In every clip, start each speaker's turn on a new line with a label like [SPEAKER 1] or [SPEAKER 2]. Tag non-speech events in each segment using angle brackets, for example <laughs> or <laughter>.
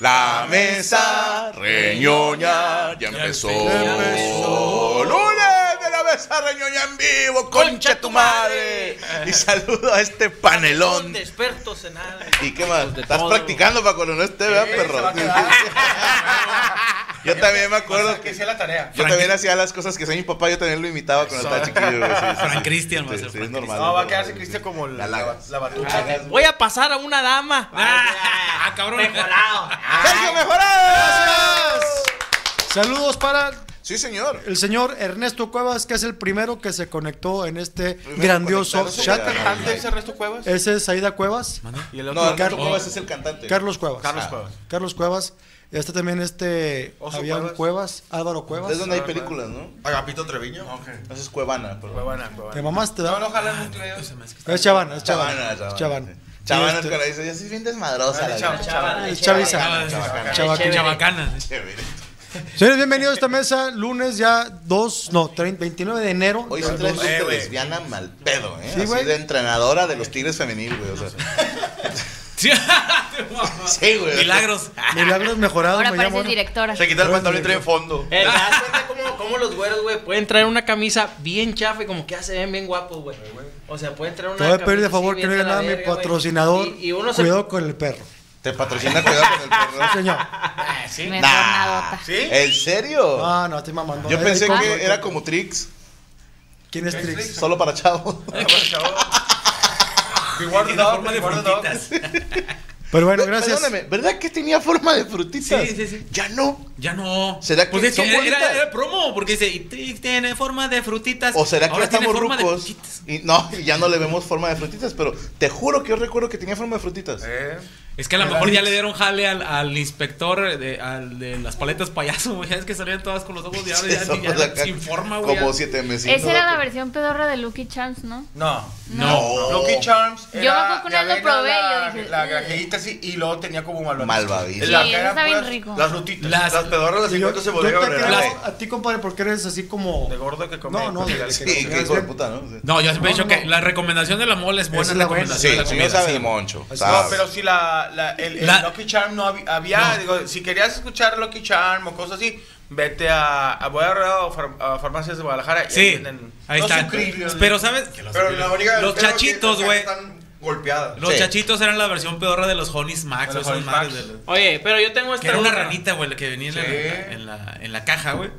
[SPEAKER 1] La mesa reñoña ya empezó. Lunes de la mesa reñoña en vivo, concha tu madre. Y saludo a este panelón.
[SPEAKER 2] De expertos en nada.
[SPEAKER 1] ¿Y qué más? Estás practicando para cuando no esté, ¿verdad, perro? <laughs> Yo también me acuerdo.
[SPEAKER 2] que hacía la tarea.
[SPEAKER 1] Yo también hacía las cosas que hacía mi papá, yo también lo imitaba cuando estaba chiquillo. güey, sí, sí, sí.
[SPEAKER 3] Fran Cristian va a
[SPEAKER 1] Sí,
[SPEAKER 3] ser
[SPEAKER 1] sí,
[SPEAKER 3] Fran
[SPEAKER 1] es normal.
[SPEAKER 2] No, va a
[SPEAKER 1] es
[SPEAKER 2] quedarse
[SPEAKER 1] normal,
[SPEAKER 2] Cristian
[SPEAKER 1] sí.
[SPEAKER 2] como la,
[SPEAKER 1] La lavas.
[SPEAKER 2] la batuta.
[SPEAKER 3] Voy a pasar a una dama. Ah, cabrón.
[SPEAKER 1] ¡Sergio Mejorado!
[SPEAKER 4] Saludos para
[SPEAKER 1] Sí, señor.
[SPEAKER 4] el señor Ernesto Cuevas, que es el primero que se conectó en este
[SPEAKER 1] Primero
[SPEAKER 4] grandioso
[SPEAKER 1] conectarse,
[SPEAKER 4] chat.
[SPEAKER 1] ¿verdad?
[SPEAKER 2] Cantante ese resto Cuevas.
[SPEAKER 4] Ese es Aida Cuevas.
[SPEAKER 2] Y el
[SPEAKER 1] No,
[SPEAKER 2] otro.
[SPEAKER 1] Carlos Cuevas es el cantante.
[SPEAKER 4] Carlos Cuevas.
[SPEAKER 2] Carlos
[SPEAKER 4] Ah.
[SPEAKER 2] Cuevas.
[SPEAKER 4] Carlos Cuevas. Está también este
[SPEAKER 2] Oso
[SPEAKER 4] Fabián Cuevas. Álvaro Cuevas.
[SPEAKER 1] Es donde hay películas, ¿no?
[SPEAKER 2] Agapito Treviño. Ok.
[SPEAKER 1] Eso es Cuevana, pero.
[SPEAKER 2] Cuevana,
[SPEAKER 4] Te
[SPEAKER 2] Cuevana.
[SPEAKER 4] mamaste,
[SPEAKER 2] No,
[SPEAKER 4] ¿verdad?
[SPEAKER 2] no jalan mucho ellos.
[SPEAKER 4] Es Chavana, es
[SPEAKER 1] Chavana,
[SPEAKER 4] Chavana.
[SPEAKER 1] Chavana.
[SPEAKER 4] es
[SPEAKER 1] sí. Chavana es
[SPEAKER 4] Chavana. Este, ah,
[SPEAKER 1] cuando dice, yo soy bien desmadrosa. la
[SPEAKER 2] Chava,
[SPEAKER 1] verdad".
[SPEAKER 2] chava.
[SPEAKER 4] es Chaviza.
[SPEAKER 3] Chavacana.
[SPEAKER 4] Chavacana.
[SPEAKER 3] Chavacana.
[SPEAKER 1] Chévere.
[SPEAKER 4] Señores, bienvenidos a esta mesa. Lunes ya 2, no, 30, 29 de enero.
[SPEAKER 1] Hoy se trae un de lesbiana mal pedo, ¿eh?
[SPEAKER 4] Sí,
[SPEAKER 1] Así
[SPEAKER 4] güey.
[SPEAKER 1] de entrenadora de los Tigres Femenil, güey. O sea,
[SPEAKER 3] Sí, guapa.
[SPEAKER 1] sí, güey.
[SPEAKER 2] <laughs>
[SPEAKER 3] Milagros.
[SPEAKER 4] Milagros mejorados.
[SPEAKER 5] Ahora
[SPEAKER 4] me
[SPEAKER 5] pareces
[SPEAKER 4] llamo.
[SPEAKER 5] directora.
[SPEAKER 1] Se quita el
[SPEAKER 4] Hoy
[SPEAKER 1] pantalón y
[SPEAKER 4] me-
[SPEAKER 1] trae fondo.
[SPEAKER 2] Eh, ¿Te das cuenta cómo, cómo los güeros, güey, pueden traer una camisa bien chafa y como que ya se ven bien guapos, güey? O sea, pueden traer una
[SPEAKER 4] Te voy a pedir de
[SPEAKER 2] camisa
[SPEAKER 4] favor
[SPEAKER 2] así
[SPEAKER 4] que no
[SPEAKER 2] bien a
[SPEAKER 4] diga nada
[SPEAKER 2] la
[SPEAKER 4] a mi
[SPEAKER 2] verga, güey.
[SPEAKER 4] patrocinador.
[SPEAKER 2] Y, y uno se...
[SPEAKER 4] Cuidado con el perro.
[SPEAKER 1] Te patrocina cuidado con el perro.
[SPEAKER 4] <laughs> Señor.
[SPEAKER 5] Mejor
[SPEAKER 1] Nah.
[SPEAKER 5] nadota.
[SPEAKER 2] ¿Sí?
[SPEAKER 1] ¿En serio?
[SPEAKER 4] No, Ah, no, estoy mamando.
[SPEAKER 1] Yo
[SPEAKER 4] Ahí-
[SPEAKER 1] pensé
[SPEAKER 4] ahí con-
[SPEAKER 1] que era como Trix,
[SPEAKER 4] ¿Quién es Trix?
[SPEAKER 1] solo para chavos.
[SPEAKER 2] Reward the
[SPEAKER 3] Tiene
[SPEAKER 2] dog,
[SPEAKER 3] forma de
[SPEAKER 2] reward the dog.
[SPEAKER 3] frutitas.
[SPEAKER 4] Pero bueno, gracias.
[SPEAKER 1] Perdóname, ¿verdad que tenía forma de frutitas?
[SPEAKER 3] Sí, sí, sí.
[SPEAKER 1] Ya no.
[SPEAKER 3] <laughs> Ya no.
[SPEAKER 1] ¿Será que
[SPEAKER 3] pues es
[SPEAKER 1] son
[SPEAKER 3] era,
[SPEAKER 1] bonitas?
[SPEAKER 3] era promo, porque dice, y tri- tiene forma de frutitas.
[SPEAKER 1] ¿O será que
[SPEAKER 3] Ahora
[SPEAKER 1] ya estamos
[SPEAKER 3] tiene forma de
[SPEAKER 1] rucos?
[SPEAKER 3] frutitas.
[SPEAKER 1] Y no, <laughs> y ya no le vemos forma de frutitas, pero te juro que yo recuerdo que tenía forma de frutitas.
[SPEAKER 3] Eh,
[SPEAKER 2] Eh,
[SPEAKER 3] Es que a lo mejor ya le dieron jale al, al inspector de, al de las paletas payaso, güey. Ya es que salían todas con los ojos de aves, ya,
[SPEAKER 1] Eso,
[SPEAKER 3] ya,
[SPEAKER 1] o sea,
[SPEAKER 3] sin forma, güey.
[SPEAKER 1] Como
[SPEAKER 3] ya.
[SPEAKER 1] siete meses.
[SPEAKER 5] Esa era la versión pedorra de Lucky Charms, ¿no?
[SPEAKER 2] No.
[SPEAKER 3] No.
[SPEAKER 2] Lucky Charms.
[SPEAKER 5] Yo
[SPEAKER 2] era-
[SPEAKER 5] me acuerdo que una
[SPEAKER 2] de
[SPEAKER 5] vez lo probé y
[SPEAKER 2] avena,
[SPEAKER 5] yo
[SPEAKER 2] la-
[SPEAKER 5] dije,
[SPEAKER 2] La
[SPEAKER 5] "Ugh".
[SPEAKER 2] granjita así y luego tenía como malvavisco.
[SPEAKER 1] Malvavisco.
[SPEAKER 2] La
[SPEAKER 5] Sí,
[SPEAKER 2] que
[SPEAKER 5] eso
[SPEAKER 2] era
[SPEAKER 5] está bien
[SPEAKER 2] puras-
[SPEAKER 5] rico.
[SPEAKER 2] Las frutitas.
[SPEAKER 3] Las-
[SPEAKER 2] Las, pedorras las
[SPEAKER 4] Y yo,
[SPEAKER 2] encuentras en
[SPEAKER 4] yo
[SPEAKER 2] bodega
[SPEAKER 4] te
[SPEAKER 2] Aurrera, güey.
[SPEAKER 4] creo a ti, compadre, porque eres así como.
[SPEAKER 2] De gordo que come.
[SPEAKER 4] No, no,
[SPEAKER 2] comida,
[SPEAKER 4] sí,
[SPEAKER 2] que
[SPEAKER 1] Sí,
[SPEAKER 2] no
[SPEAKER 1] qué
[SPEAKER 2] sé
[SPEAKER 1] hijo
[SPEAKER 2] qué.
[SPEAKER 1] de puta, ¿no? Sí.
[SPEAKER 3] No, yo siempre he
[SPEAKER 4] No, no,
[SPEAKER 3] dicho que
[SPEAKER 4] no.
[SPEAKER 3] la recomendación de la mole es buena
[SPEAKER 4] es la buena.
[SPEAKER 1] Sí,
[SPEAKER 3] recomendación
[SPEAKER 1] el
[SPEAKER 3] de la
[SPEAKER 1] señor
[SPEAKER 3] comida,
[SPEAKER 1] sabe
[SPEAKER 3] sí.
[SPEAKER 1] de moncho.
[SPEAKER 2] No,
[SPEAKER 1] sabe.
[SPEAKER 2] pero si la, la- el, el
[SPEAKER 3] La-
[SPEAKER 2] Lucky Charm no hab- había, digo, si querías escuchar Lucky Charm o cosas así, vete a, a Bodega Aurrera o far- a farmacias de Guadalajara y ahí
[SPEAKER 3] Sí,
[SPEAKER 2] venden
[SPEAKER 3] ahí
[SPEAKER 2] los
[SPEAKER 3] está.
[SPEAKER 2] sucrillos,
[SPEAKER 3] Pero,
[SPEAKER 2] güey.
[SPEAKER 3] ¿sabes?
[SPEAKER 2] Pero la única- pero
[SPEAKER 3] Los
[SPEAKER 2] que-
[SPEAKER 3] chachitos,
[SPEAKER 2] que
[SPEAKER 3] güey.
[SPEAKER 2] Están golpeadas.
[SPEAKER 3] Los
[SPEAKER 1] Sí.
[SPEAKER 3] chachitos eran la versión pedorra de los Honey Smacks.
[SPEAKER 2] De los
[SPEAKER 3] o esas
[SPEAKER 2] Honey
[SPEAKER 3] madres
[SPEAKER 2] Smacks.
[SPEAKER 3] de los-
[SPEAKER 6] Oye, pero yo tengo esta.
[SPEAKER 3] Que era una
[SPEAKER 6] duda.
[SPEAKER 3] ranita, güey, la que venía en, la,
[SPEAKER 2] Sí.
[SPEAKER 3] en, la, en la caja, güey.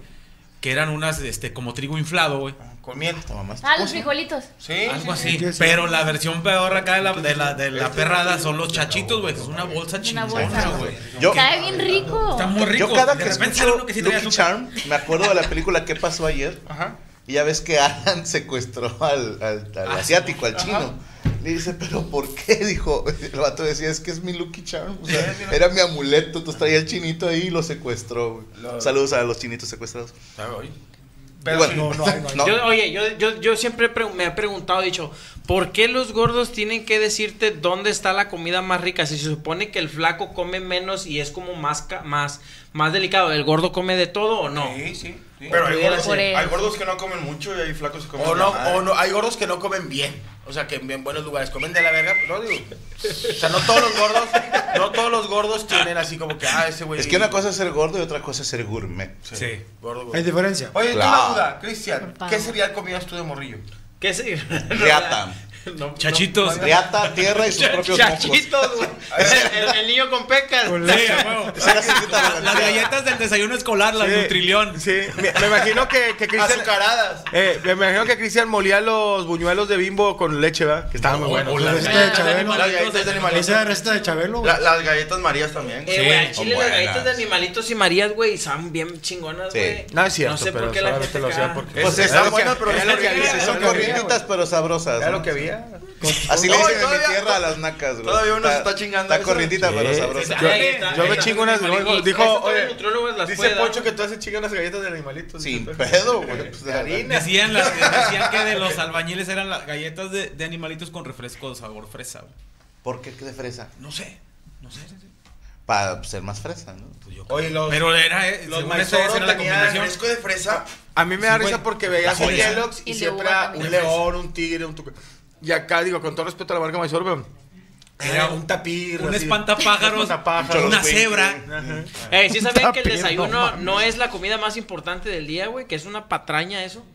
[SPEAKER 3] Que eran unas, este, como trigo inflado, güey.
[SPEAKER 2] Con miel.
[SPEAKER 1] Esta mamá está-
[SPEAKER 5] Ah, los frijolitos.
[SPEAKER 2] Sí.
[SPEAKER 3] Algo así.
[SPEAKER 4] sí, sí.
[SPEAKER 3] Pero la versión pedorra acá de la, de la, de
[SPEAKER 1] Este
[SPEAKER 3] la perrada son los chachitos, güey. que Es una bolsa
[SPEAKER 5] Una
[SPEAKER 3] chingona,
[SPEAKER 5] bolsa.
[SPEAKER 3] güey.
[SPEAKER 1] Yo,
[SPEAKER 5] Sabe bien rico.
[SPEAKER 3] Está muy rico.
[SPEAKER 1] yo cada
[SPEAKER 3] de
[SPEAKER 1] que
[SPEAKER 3] repente sale
[SPEAKER 1] escucho
[SPEAKER 3] uno que sí trae
[SPEAKER 1] Lucky
[SPEAKER 3] azúcar.
[SPEAKER 1] Charm, me acuerdo de la película ¿Qué pasó ayer?
[SPEAKER 2] Ajá.
[SPEAKER 1] Y ya ves que Alan secuestró al, al- al
[SPEAKER 3] Ah,
[SPEAKER 1] asiático, al chino. Le dice, ¿pero por qué? <laughs> Dijo, el vato decía, es que es mi Lucky Charm. O sea, era mi amuleto. Entonces traía el chinito ahí y lo secuestró. güey.
[SPEAKER 2] Lo-
[SPEAKER 1] Saludos a los chinitos secuestrados.
[SPEAKER 2] Pero
[SPEAKER 1] Bueno,
[SPEAKER 2] sí.
[SPEAKER 4] No, no hay, no hay.
[SPEAKER 1] No.
[SPEAKER 6] Yo- oye, yo, yo, yo siempre pre- me he preguntado, he dicho, ¿por qué los gordos tienen que decirte dónde está la comida más rica? Si se supone que el flaco come menos y es como más, ca- más, más delicado, ¿el gordo come de todo o no?
[SPEAKER 2] Sí, sí. sí.
[SPEAKER 7] Pero hay
[SPEAKER 6] Pudiera
[SPEAKER 7] gordos,
[SPEAKER 5] ser.
[SPEAKER 7] hay gordos que no comen mucho y hay flacos que comen
[SPEAKER 2] o no,
[SPEAKER 7] la madre.
[SPEAKER 2] o no, hay gordos que no comen bien. O sea, que en bien buenos lugares comen de la verga, pues, no digo. O sea, no todos los gordos, no todos los gordos tienen así como que, ah, ese güey.
[SPEAKER 1] Es que una cosa es ser gordo y otra cosa es ser gourmet.
[SPEAKER 3] Sí.
[SPEAKER 2] Gordo, gordo.
[SPEAKER 4] Hay diferencia.
[SPEAKER 2] Oye, tú
[SPEAKER 1] Claro.
[SPEAKER 2] una duda, Cristian,
[SPEAKER 5] Por favor.
[SPEAKER 2] ¿qué cereal comías tú de morrillo?
[SPEAKER 6] ¿Qué se-
[SPEAKER 1] Riata.
[SPEAKER 6] <laughs> No, no.
[SPEAKER 3] Chachitos.
[SPEAKER 1] Riata, tierra y
[SPEAKER 3] <laughs>
[SPEAKER 1] sus propios mocos.
[SPEAKER 6] Chachitos, güey. <laughs> El, el niño con pecas. Eh,
[SPEAKER 3] Sí, a huevo.
[SPEAKER 1] <laughs> Esa era
[SPEAKER 3] <laughs>
[SPEAKER 1] cerquita de la
[SPEAKER 3] Las
[SPEAKER 1] tierra.
[SPEAKER 3] galletas del desayuno escolar, las
[SPEAKER 7] Sí,
[SPEAKER 3] Nutrilión.
[SPEAKER 7] Sí, me, me imagino que, que Cristian.
[SPEAKER 2] Azucaradas.
[SPEAKER 7] Eh, me imagino que Cristian molía los buñuelos de bimbo con leche, ¿verdad? Que estaban muy buenos.
[SPEAKER 4] La
[SPEAKER 3] Las
[SPEAKER 4] receta de
[SPEAKER 3] galletas de
[SPEAKER 4] Chabelo.
[SPEAKER 3] animalitos,
[SPEAKER 7] Las galletas de animalitos.
[SPEAKER 4] Esa receta de Chabelo.
[SPEAKER 7] La- las galletas Marías también.
[SPEAKER 6] Eh, güey, al
[SPEAKER 1] son
[SPEAKER 6] chile las galletas de
[SPEAKER 1] buenas.
[SPEAKER 6] animalitos y Marías, güey, son bien chingonas,
[SPEAKER 1] Sí.
[SPEAKER 6] güey.
[SPEAKER 7] No es cierto,
[SPEAKER 6] No sé
[SPEAKER 7] pero
[SPEAKER 6] por qué la
[SPEAKER 7] solamente
[SPEAKER 6] gente
[SPEAKER 7] lo hacía
[SPEAKER 6] acá-
[SPEAKER 7] porque-
[SPEAKER 1] Pues
[SPEAKER 7] Eso,
[SPEAKER 1] está
[SPEAKER 7] era lo que-
[SPEAKER 1] buena, pero
[SPEAKER 7] era
[SPEAKER 1] es
[SPEAKER 7] lo que
[SPEAKER 1] que-
[SPEAKER 7] había,
[SPEAKER 1] son
[SPEAKER 7] era lo que había,
[SPEAKER 1] corrientitas, pero sabrosas.
[SPEAKER 7] Era
[SPEAKER 1] ¿no?
[SPEAKER 7] lo que había.
[SPEAKER 1] Así le
[SPEAKER 7] No,
[SPEAKER 1] dicen en mi
[SPEAKER 7] todavía-
[SPEAKER 1] tierra a las nacas, güey.
[SPEAKER 7] todavía uno se está chingando
[SPEAKER 1] Está
[SPEAKER 7] eso.
[SPEAKER 1] corrientita, pero
[SPEAKER 7] Sí.
[SPEAKER 1] sabrosa.
[SPEAKER 7] Yo-
[SPEAKER 6] Ahí está,
[SPEAKER 7] yo
[SPEAKER 6] ahí
[SPEAKER 7] me
[SPEAKER 6] está.
[SPEAKER 7] chingo unas-
[SPEAKER 6] Animalitos.
[SPEAKER 7] dijo,
[SPEAKER 6] Eso todavía
[SPEAKER 7] oye,
[SPEAKER 6] los nutrólogos las
[SPEAKER 7] Dice
[SPEAKER 6] pueden dar.
[SPEAKER 7] Pocho que todas se chingan las galletas de animalitos.
[SPEAKER 1] Sin
[SPEAKER 7] Dice-
[SPEAKER 1] pedo, güey. Pues, de la
[SPEAKER 7] harina.
[SPEAKER 3] Decían, las- decían que de los albañiles eran las galletas de, de animalitos con refresco de sabor fresa. güey.
[SPEAKER 1] ¿Por qué de fresa?
[SPEAKER 3] No sé, no sé.
[SPEAKER 1] Para ser más fresa, ¿no?
[SPEAKER 2] Oye, los,
[SPEAKER 3] Pero era, eh,
[SPEAKER 2] los
[SPEAKER 3] según esa esa
[SPEAKER 2] Maizoro
[SPEAKER 3] era la
[SPEAKER 2] tenían
[SPEAKER 3] combinación.
[SPEAKER 2] fresco de fresa.
[SPEAKER 7] A mí me da
[SPEAKER 3] Sí,
[SPEAKER 7] risa
[SPEAKER 3] güey.
[SPEAKER 7] porque
[SPEAKER 3] La
[SPEAKER 7] veías un
[SPEAKER 3] joya.
[SPEAKER 7] Kellogg's y
[SPEAKER 5] Y de
[SPEAKER 7] siempre
[SPEAKER 5] uva
[SPEAKER 7] era
[SPEAKER 5] también.
[SPEAKER 7] un león, un tigre, un tuc- Y acá, digo, con todo respeto a la marca Maizoro, pero...
[SPEAKER 3] Era
[SPEAKER 7] Era un tapir.
[SPEAKER 3] un
[SPEAKER 7] así.
[SPEAKER 3] espantapájaros,
[SPEAKER 7] <laughs> Un espantapájaros.
[SPEAKER 3] una cebra.
[SPEAKER 7] Ajá.
[SPEAKER 6] Ey, ¿sí sabían que el
[SPEAKER 7] Tapir, no
[SPEAKER 6] desayuno
[SPEAKER 7] mames.
[SPEAKER 6] no es la comida más importante del día, güey? Que es una patraña eso.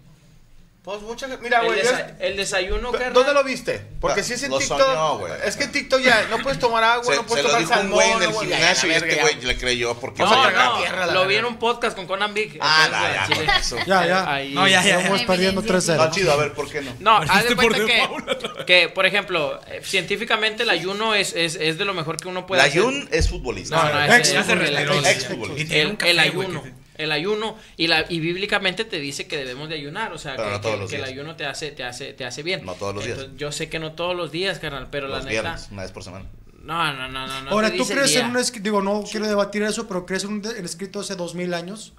[SPEAKER 7] Pues mucha gente- Mira,
[SPEAKER 6] el,
[SPEAKER 7] güey, yo-
[SPEAKER 6] desa- el desayuno, carnal.
[SPEAKER 7] ¿Dónde lo viste? Porque
[SPEAKER 1] Ah,
[SPEAKER 7] si es en
[SPEAKER 1] lo
[SPEAKER 7] TikTok.
[SPEAKER 1] soñó, güey.
[SPEAKER 7] es que en TikTok ya no puedes tomar agua,
[SPEAKER 1] se,
[SPEAKER 7] no
[SPEAKER 1] se
[SPEAKER 7] puedes
[SPEAKER 1] lo
[SPEAKER 7] tomar
[SPEAKER 1] dijo un
[SPEAKER 7] salmón.
[SPEAKER 1] güey en el
[SPEAKER 7] no, ya,
[SPEAKER 1] gimnasio y
[SPEAKER 7] la
[SPEAKER 1] este
[SPEAKER 7] verga,
[SPEAKER 1] güey le creyó porque se
[SPEAKER 6] No,
[SPEAKER 1] cagaba.
[SPEAKER 6] no,
[SPEAKER 7] tierra, la
[SPEAKER 6] lo vi
[SPEAKER 7] verga.
[SPEAKER 6] en un podcast con Conan Big.
[SPEAKER 1] Ah,
[SPEAKER 6] Entonces,
[SPEAKER 1] no, ya,
[SPEAKER 6] sí.
[SPEAKER 1] con eso.
[SPEAKER 4] Ya, ya.
[SPEAKER 6] Ahí.
[SPEAKER 3] No, ya, ya, ya.
[SPEAKER 4] Estamos
[SPEAKER 5] Ay,
[SPEAKER 4] perdiendo
[SPEAKER 5] sí, sí.
[SPEAKER 4] 3-0.
[SPEAKER 1] No, chido, a ver, ¿por qué no?
[SPEAKER 6] No, haz
[SPEAKER 4] este
[SPEAKER 3] Perdiste
[SPEAKER 6] de
[SPEAKER 3] por
[SPEAKER 6] cuenta que,
[SPEAKER 4] <laughs>
[SPEAKER 3] default.
[SPEAKER 6] que, por ejemplo, eh, científicamente el ayuno es, es, es de lo mejor que uno puede
[SPEAKER 1] La
[SPEAKER 6] hacer.
[SPEAKER 1] Jun es futbolista.
[SPEAKER 6] No, no,
[SPEAKER 3] Ex,
[SPEAKER 6] ese
[SPEAKER 3] ya
[SPEAKER 6] es
[SPEAKER 3] se
[SPEAKER 6] un
[SPEAKER 3] retiró.
[SPEAKER 6] relajo.
[SPEAKER 1] Ex futbolista.
[SPEAKER 3] Y tenía
[SPEAKER 6] El,
[SPEAKER 3] un café,
[SPEAKER 6] el
[SPEAKER 3] güey,
[SPEAKER 6] ayuno.
[SPEAKER 3] que-
[SPEAKER 6] El ayuno. Y, la, y bíblicamente te dice que debemos de ayunar. O sea,
[SPEAKER 1] Pero
[SPEAKER 6] que,
[SPEAKER 1] no todos
[SPEAKER 6] que-
[SPEAKER 1] los
[SPEAKER 6] que el
[SPEAKER 1] días.
[SPEAKER 6] ayuno te hace, te hace, te hace bien.
[SPEAKER 1] No todos los días.
[SPEAKER 6] Yo sé que no todos los días, carnal, pero la
[SPEAKER 1] Los
[SPEAKER 6] neta.
[SPEAKER 1] viernes, una vez por semana.
[SPEAKER 6] No, no, no, no. no
[SPEAKER 4] Ahora,
[SPEAKER 6] te
[SPEAKER 4] ¿tú
[SPEAKER 6] dice el
[SPEAKER 4] crees
[SPEAKER 6] día.
[SPEAKER 4] en un escrito? Digo, no quiero debatir eso, pero ¿crees en un de- en escrito hace 2000 años?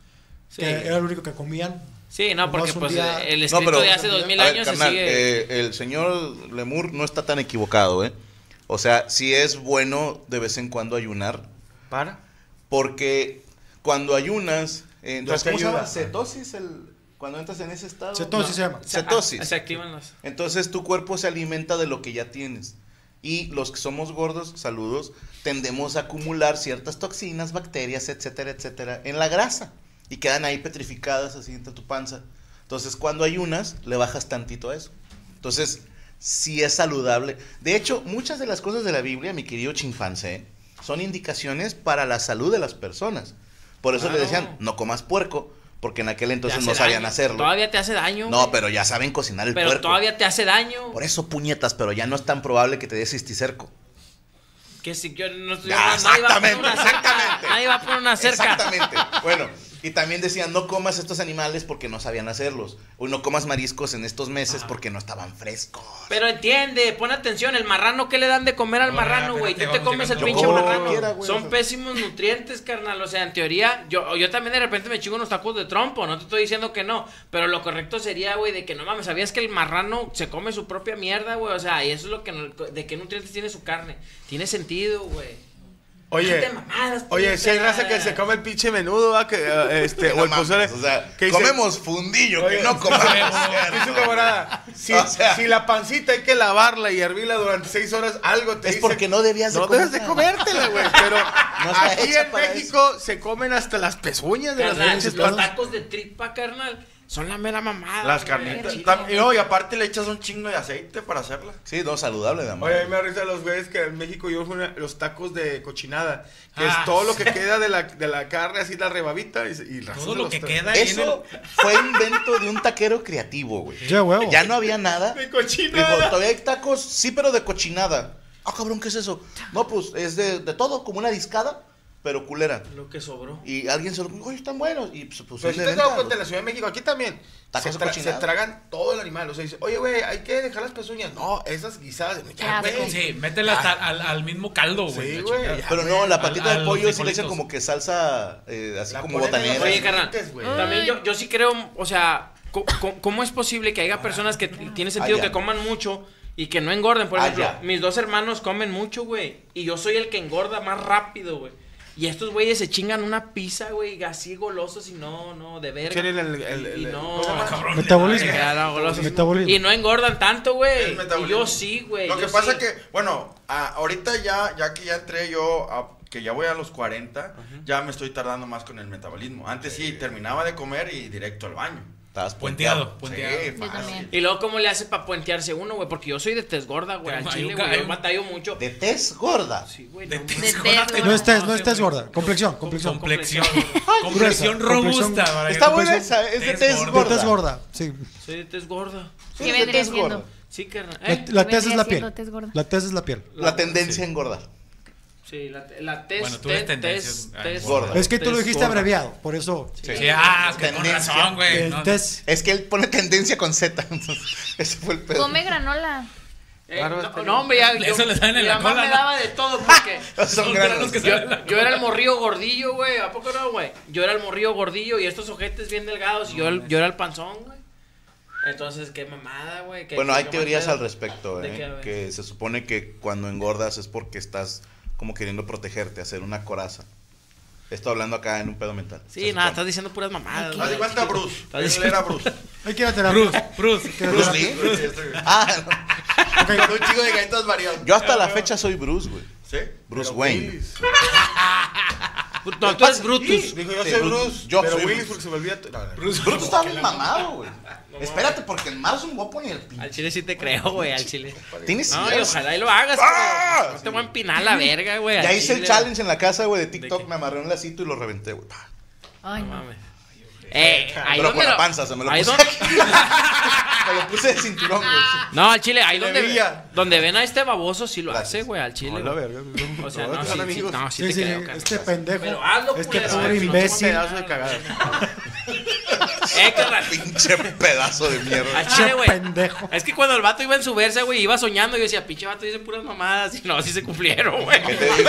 [SPEAKER 6] Sí.
[SPEAKER 4] Que era lo único que comían.
[SPEAKER 6] Sí, no, porque
[SPEAKER 4] Nomás un
[SPEAKER 6] pues
[SPEAKER 4] día-
[SPEAKER 6] el escrito
[SPEAKER 1] pero-
[SPEAKER 6] de hace dos mil
[SPEAKER 1] a ver,
[SPEAKER 6] años
[SPEAKER 1] carnal,
[SPEAKER 6] se sigue.
[SPEAKER 1] eh, el señor Lemur no está tan equivocado, ¿eh? O sea, sí es bueno de vez en cuando ayunar,
[SPEAKER 7] Para.
[SPEAKER 1] porque cuando ayunas, eh, entras,
[SPEAKER 7] te
[SPEAKER 1] ¿cómo se
[SPEAKER 7] ayuda.
[SPEAKER 1] llama? Cetosis, el, cuando entras en ese estado.
[SPEAKER 4] Cetosis se llama.
[SPEAKER 1] Cetosis.
[SPEAKER 6] Ah, se activan las.
[SPEAKER 1] Entonces tu cuerpo se alimenta de lo que ya tienes. Y los que somos gordos, saludos, tendemos a acumular ciertas toxinas, bacterias, etcétera, etcétera, en la grasa. Y quedan ahí petrificadas así entre tu panza. Entonces cuando ayunas, le bajas tantito a eso. Entonces, sí es saludable. De hecho, muchas de las cosas de la Biblia, mi querido chinfancé, son indicaciones para la salud de las personas. Por eso le
[SPEAKER 6] Claro.
[SPEAKER 1] decían, no comas puerco, porque en aquel
[SPEAKER 6] te
[SPEAKER 1] entonces
[SPEAKER 6] hace
[SPEAKER 1] no sabían
[SPEAKER 6] daño.
[SPEAKER 1] hacerlo.
[SPEAKER 6] Todavía te hace daño.
[SPEAKER 1] No,
[SPEAKER 6] güey.
[SPEAKER 1] pero ya saben cocinar el
[SPEAKER 6] Pero
[SPEAKER 1] puerco.
[SPEAKER 6] todavía te hace daño.
[SPEAKER 1] Por eso puñetas, pero ya no es tan probable que te des cisticerco.
[SPEAKER 6] Que si yo no estoy.
[SPEAKER 1] Ya, exactamente, exactamente.
[SPEAKER 6] Nadie va a poner una cerca.
[SPEAKER 1] Exactamente. Bueno, y también decían, no comas estos animales porque no sabían hacerlos. O no comas mariscos en estos meses porque no estaban frescos.
[SPEAKER 6] Pero entiende, pon atención, el marrano que le dan de comer al
[SPEAKER 3] No,
[SPEAKER 6] marrano,
[SPEAKER 3] espérate,
[SPEAKER 6] güey. Tú te
[SPEAKER 3] vamos
[SPEAKER 6] comes el
[SPEAKER 3] llegando.
[SPEAKER 6] pinche
[SPEAKER 1] Yo como lo que
[SPEAKER 6] marrano.
[SPEAKER 1] quiera, güey,
[SPEAKER 6] Son
[SPEAKER 1] o sea.
[SPEAKER 6] pésimos nutrientes, carnal. O sea, en teoría, yo, yo también de repente me chingo unos tacos de trompo, no te estoy diciendo que no. Pero lo correcto sería, güey, de que no mames, sabías que el marrano se come su propia mierda, güey. O sea, y eso es lo que no- de qué nutrientes tiene su carne. Tiene sentido, güey.
[SPEAKER 7] Oye,
[SPEAKER 6] Déjate mamadas,
[SPEAKER 7] oye,
[SPEAKER 6] puñeta.
[SPEAKER 7] si hay raza que se come el pinche menudo, ¿va? Que, eh, este,
[SPEAKER 1] <laughs> No
[SPEAKER 7] o el
[SPEAKER 1] mames,
[SPEAKER 7] pozole.
[SPEAKER 1] o sea,
[SPEAKER 7] que dice-
[SPEAKER 1] comemos fundillo,
[SPEAKER 7] Oye,
[SPEAKER 1] que
[SPEAKER 7] <laughs>
[SPEAKER 1] no comamos.
[SPEAKER 7] dice un camarada, si,
[SPEAKER 1] O sea-
[SPEAKER 7] si la pancita hay que lavarla y hervirla durante seis horas, algo te
[SPEAKER 1] Es
[SPEAKER 7] dice-
[SPEAKER 1] porque no debías de
[SPEAKER 7] No debes de
[SPEAKER 1] comerla.
[SPEAKER 7] comértela, güey. Pero
[SPEAKER 1] <laughs> No está
[SPEAKER 7] aquí
[SPEAKER 1] hecha
[SPEAKER 7] en
[SPEAKER 1] para
[SPEAKER 7] México se comen hasta las pezuñas de las
[SPEAKER 6] Carnal,
[SPEAKER 7] pinches
[SPEAKER 6] los
[SPEAKER 7] patas.
[SPEAKER 6] tacos de tripa, carnal, son la mera mamada.
[SPEAKER 7] Las
[SPEAKER 6] güey.
[SPEAKER 7] carnitas.
[SPEAKER 5] Qué
[SPEAKER 7] Tam-
[SPEAKER 5] rico.
[SPEAKER 7] no, y aparte le echas un chingo de aceite para hacerla.
[SPEAKER 1] sí, no, saludable, nada más.
[SPEAKER 7] Oye, a mí me da risa los güeyes que en México yo fui una- los tacos de cochinada, que
[SPEAKER 3] Ah,
[SPEAKER 7] es todo lo
[SPEAKER 3] sí.
[SPEAKER 7] que queda de la, de la carne, así la rebabita y, y la-
[SPEAKER 3] Todo lo que
[SPEAKER 7] los- <laughs>
[SPEAKER 3] queda ahí en
[SPEAKER 1] Eso fue invento de un taquero creativo, güey.
[SPEAKER 4] Ya, huevo.
[SPEAKER 1] Ya no había nada.
[SPEAKER 7] De
[SPEAKER 1] Dijo,
[SPEAKER 7] cochinada.
[SPEAKER 1] todavía hay tacos, sí, pero de cochinada. Ah, cabrón, ¿qué es eso? No, pues es de, de todo, como una discada, pero culera.
[SPEAKER 6] Lo que sobró.
[SPEAKER 1] Y alguien se lo oye, están buenos. Y pues, pues
[SPEAKER 7] Pero
[SPEAKER 1] es
[SPEAKER 7] si
[SPEAKER 1] de
[SPEAKER 7] te has
[SPEAKER 1] venta,
[SPEAKER 7] dado cuenta en
[SPEAKER 1] güey.
[SPEAKER 7] la Ciudad de México, aquí también. Se,
[SPEAKER 1] Tacos de
[SPEAKER 7] tra-
[SPEAKER 1] cochinada.
[SPEAKER 7] se tragan todo el animal. O sea, dice, oye, güey, hay que dejar las pezuñas. No, esas guisadas. Ya,
[SPEAKER 6] Ah,
[SPEAKER 5] Qué
[SPEAKER 7] güey.
[SPEAKER 5] asco.
[SPEAKER 3] Sí, métela hasta al, al mismo caldo, güey.
[SPEAKER 7] Sí,
[SPEAKER 3] la
[SPEAKER 7] güey.
[SPEAKER 3] chingada.
[SPEAKER 7] ya,
[SPEAKER 1] Pero no,
[SPEAKER 7] güey.
[SPEAKER 1] la patita
[SPEAKER 3] Al-
[SPEAKER 1] de
[SPEAKER 3] al
[SPEAKER 1] pollo
[SPEAKER 3] los
[SPEAKER 1] sí le echan
[SPEAKER 3] frijolitos.
[SPEAKER 1] como que salsa, eh, así
[SPEAKER 7] La
[SPEAKER 1] como
[SPEAKER 7] ponen en los
[SPEAKER 1] botanera.
[SPEAKER 6] Oye,
[SPEAKER 7] Las
[SPEAKER 6] carnal.
[SPEAKER 7] fritas, güey.
[SPEAKER 6] También yo, yo sí creo, o sea, co- co- ¿cómo, es posible que haya personas que t- tiene sentido
[SPEAKER 1] Allá.
[SPEAKER 6] que coman mucho y que no engorden? Por ejemplo,
[SPEAKER 1] Allá.
[SPEAKER 6] mis dos hermanos comen mucho, güey. Y yo soy el que engorda más rápido, güey. Y estos güeyes se chingan una pizza, güey, así golosos y no, no, de verga.
[SPEAKER 7] Tienen el- el-
[SPEAKER 6] y
[SPEAKER 7] el-
[SPEAKER 6] no,
[SPEAKER 7] ¿cómo
[SPEAKER 3] Ah,
[SPEAKER 7] se llama?
[SPEAKER 6] cabrón.
[SPEAKER 4] Metabolismo.
[SPEAKER 6] Ya, no, golosos.
[SPEAKER 4] Metabolismo.
[SPEAKER 6] Y no engordan tanto, güey.
[SPEAKER 7] El metabolismo.
[SPEAKER 6] Y yo sí, güey.
[SPEAKER 7] Lo que
[SPEAKER 6] yo
[SPEAKER 7] pasa
[SPEAKER 6] sí.
[SPEAKER 7] que, bueno, a- ahorita ya, ya que ya entré yo, a- que ya voy a los 40, ya me estoy tardando más con el metabolismo. Antes sí, terminaba de comer y directo al baño.
[SPEAKER 1] Estabas
[SPEAKER 3] Puenteado,
[SPEAKER 7] Sí,
[SPEAKER 3] puenteado.
[SPEAKER 5] Yo también.
[SPEAKER 7] fácil.
[SPEAKER 6] Y luego, ¿cómo le hace para puentearse uno, güey? Porque yo soy de tez gorda, güey. Al
[SPEAKER 3] Hay
[SPEAKER 6] chile,
[SPEAKER 3] un
[SPEAKER 6] güey.
[SPEAKER 3] ca-
[SPEAKER 7] eh.
[SPEAKER 3] hay
[SPEAKER 6] Yo
[SPEAKER 3] un-
[SPEAKER 6] batallo mucho.
[SPEAKER 1] De tez gorda.
[SPEAKER 6] Sí, güey.
[SPEAKER 3] De
[SPEAKER 6] no
[SPEAKER 3] tez
[SPEAKER 6] mames.
[SPEAKER 3] gorda,
[SPEAKER 5] tez
[SPEAKER 3] te-
[SPEAKER 5] gorda. No
[SPEAKER 4] estés- no
[SPEAKER 3] sé,
[SPEAKER 4] estés
[SPEAKER 3] güey.
[SPEAKER 4] gorda. Complexión,
[SPEAKER 3] Com-
[SPEAKER 4] complexión.
[SPEAKER 3] <laughs> Complexión.
[SPEAKER 4] Gruesa,
[SPEAKER 3] Complexión robusta.
[SPEAKER 4] complexión.
[SPEAKER 3] para que
[SPEAKER 1] Está
[SPEAKER 3] no-
[SPEAKER 1] buena esa, es de
[SPEAKER 3] Tez
[SPEAKER 1] tez
[SPEAKER 3] gorda.
[SPEAKER 4] La
[SPEAKER 1] gorda.
[SPEAKER 4] tez gorda, sí.
[SPEAKER 6] Soy de tez gorda.
[SPEAKER 1] Sí,
[SPEAKER 5] ¿Qué
[SPEAKER 1] de
[SPEAKER 5] vendría
[SPEAKER 1] tez
[SPEAKER 5] siendo?
[SPEAKER 1] gorda.
[SPEAKER 6] Sí, carnal.
[SPEAKER 4] La,
[SPEAKER 6] ¿Eh?
[SPEAKER 4] la tez es la
[SPEAKER 5] vendría
[SPEAKER 4] piel.
[SPEAKER 5] siendo tez gorda.
[SPEAKER 4] La tez es la piel.
[SPEAKER 1] La tendencia a engordar.
[SPEAKER 6] Sí, la, la tez.
[SPEAKER 3] Bueno, tú eres
[SPEAKER 6] tez-
[SPEAKER 3] tendencia,
[SPEAKER 6] tez-
[SPEAKER 3] ah,
[SPEAKER 6] tez-
[SPEAKER 1] gorda.
[SPEAKER 4] Es que tú lo
[SPEAKER 6] tez
[SPEAKER 4] dijiste
[SPEAKER 6] gorda.
[SPEAKER 4] abreviado, por eso.
[SPEAKER 3] Sí, ah, que con
[SPEAKER 1] Tendencia.
[SPEAKER 3] razón, güey.
[SPEAKER 4] El
[SPEAKER 3] No,
[SPEAKER 4] tez.
[SPEAKER 1] Es que él pone tendencia con Z. <laughs> entonces, Ese fue el pedo.
[SPEAKER 5] Come granola.
[SPEAKER 6] Eh, no, no, hombre, ya.
[SPEAKER 3] Eso le salen en
[SPEAKER 6] mi
[SPEAKER 3] la
[SPEAKER 6] mamá
[SPEAKER 3] cola,
[SPEAKER 6] me
[SPEAKER 3] ¿no?
[SPEAKER 6] daba de todo porque.
[SPEAKER 1] <laughs> Son
[SPEAKER 3] Son
[SPEAKER 1] granos.
[SPEAKER 3] granos <laughs> que se-
[SPEAKER 6] Yo, yo era el morrillo gordillo, güey. ¿A poco no, güey? Yo era el morrillo gordillo y estos ojetes bien delgados. Y yo, el- yo era el panzón, güey. Entonces, qué mamada, güey. que-
[SPEAKER 1] Bueno,
[SPEAKER 6] que
[SPEAKER 1] hay
[SPEAKER 6] yo
[SPEAKER 1] teorías
[SPEAKER 6] mandé-
[SPEAKER 1] al respecto,
[SPEAKER 6] ¿De
[SPEAKER 1] ¿eh?
[SPEAKER 6] qué, güey?
[SPEAKER 1] que se supone que cuando engordas es porque estás como queriendo protegerte, hacer una coraza. Estoy hablando acá en un pedo mental.
[SPEAKER 6] Sí,
[SPEAKER 1] se
[SPEAKER 6] nada, estás
[SPEAKER 1] supone.
[SPEAKER 6] diciendo puras mamadas.
[SPEAKER 7] Haz de
[SPEAKER 6] güey.
[SPEAKER 7] cuenta Bruce.
[SPEAKER 6] Está
[SPEAKER 7] Él
[SPEAKER 6] bien.
[SPEAKER 7] era Bruce.
[SPEAKER 4] Hay que ir a terapia.
[SPEAKER 3] Bruce, Bruce.
[SPEAKER 1] Bruce Lee.
[SPEAKER 7] <laughs>
[SPEAKER 1] <laughs> Ah,
[SPEAKER 7] Con un chico de galletas variadas.
[SPEAKER 1] no. yo hasta la fecha soy Bruce, güey.
[SPEAKER 7] ¿Sí?
[SPEAKER 1] Bruce
[SPEAKER 7] Pero
[SPEAKER 1] Wayne.
[SPEAKER 7] Willis.
[SPEAKER 6] No, tú eres Brutus.
[SPEAKER 7] Sí, Pues, Dijo, yo
[SPEAKER 1] Sí,
[SPEAKER 7] soy
[SPEAKER 1] Bruce.
[SPEAKER 7] Bruce.
[SPEAKER 1] Yo
[SPEAKER 7] pero
[SPEAKER 1] soy
[SPEAKER 7] Willis
[SPEAKER 1] Bruce.
[SPEAKER 7] porque se me olvida. No, no.
[SPEAKER 1] Bruce, Bruce estaba bien mamado, güey. Espérate, porque el Mars un guapo ni el
[SPEAKER 6] Al
[SPEAKER 1] pinche.
[SPEAKER 6] chile sí te creo, güey, al chile.
[SPEAKER 1] Tienes
[SPEAKER 6] No, y
[SPEAKER 1] ideas.
[SPEAKER 6] ojalá y lo hagas,
[SPEAKER 1] ¡Ah!
[SPEAKER 6] pero No te voy a empinar la verga, güey. al
[SPEAKER 1] Ya hice el
[SPEAKER 6] chile.
[SPEAKER 1] challenge en la casa, güey, de
[SPEAKER 6] qué?
[SPEAKER 1] TikTok. Me amarré un lacito y lo reventé, güey. Pa.
[SPEAKER 5] Ay,
[SPEAKER 6] No
[SPEAKER 5] no.
[SPEAKER 6] mames. Eh, ahí
[SPEAKER 1] Pero
[SPEAKER 6] donde
[SPEAKER 1] con la
[SPEAKER 6] lo-
[SPEAKER 1] panza, se me lo
[SPEAKER 6] ahí
[SPEAKER 1] puse
[SPEAKER 6] donde-
[SPEAKER 1] aquí. Me lo puse de cinturón, güey.
[SPEAKER 6] No, al
[SPEAKER 1] <laughs>
[SPEAKER 6] chile, ahí
[SPEAKER 7] Le
[SPEAKER 6] donde,
[SPEAKER 7] veía.
[SPEAKER 6] donde ven a este baboso sí lo
[SPEAKER 1] Gracias.
[SPEAKER 6] hace, güey, al chile. güey.
[SPEAKER 7] verga.
[SPEAKER 6] O sea, no,
[SPEAKER 7] No,
[SPEAKER 6] sí,
[SPEAKER 7] son
[SPEAKER 6] sí,
[SPEAKER 7] amigos.
[SPEAKER 6] no, sí te
[SPEAKER 4] Sí, sí,
[SPEAKER 6] creo, carnal.
[SPEAKER 4] este pendejo.
[SPEAKER 6] Pero hazlo,
[SPEAKER 4] Este
[SPEAKER 6] culero,
[SPEAKER 4] pobre
[SPEAKER 6] güey, si no te voy a
[SPEAKER 4] imbécil.
[SPEAKER 6] empinar,
[SPEAKER 7] Pedazo de
[SPEAKER 6] <laughs>
[SPEAKER 7] cagada.
[SPEAKER 6] Eh,
[SPEAKER 1] <laughs>
[SPEAKER 6] carnal.
[SPEAKER 1] Pinche pedazo de
[SPEAKER 6] Al
[SPEAKER 1] mierda.
[SPEAKER 6] chile, güey.
[SPEAKER 4] pendejo.
[SPEAKER 6] Es que cuando el vato iba en su versa, güey, iba soñando. Yo decía, pinche vato dice puras mamadas. Y no, así se cumplieron, güey.
[SPEAKER 1] ¿Qué te dije?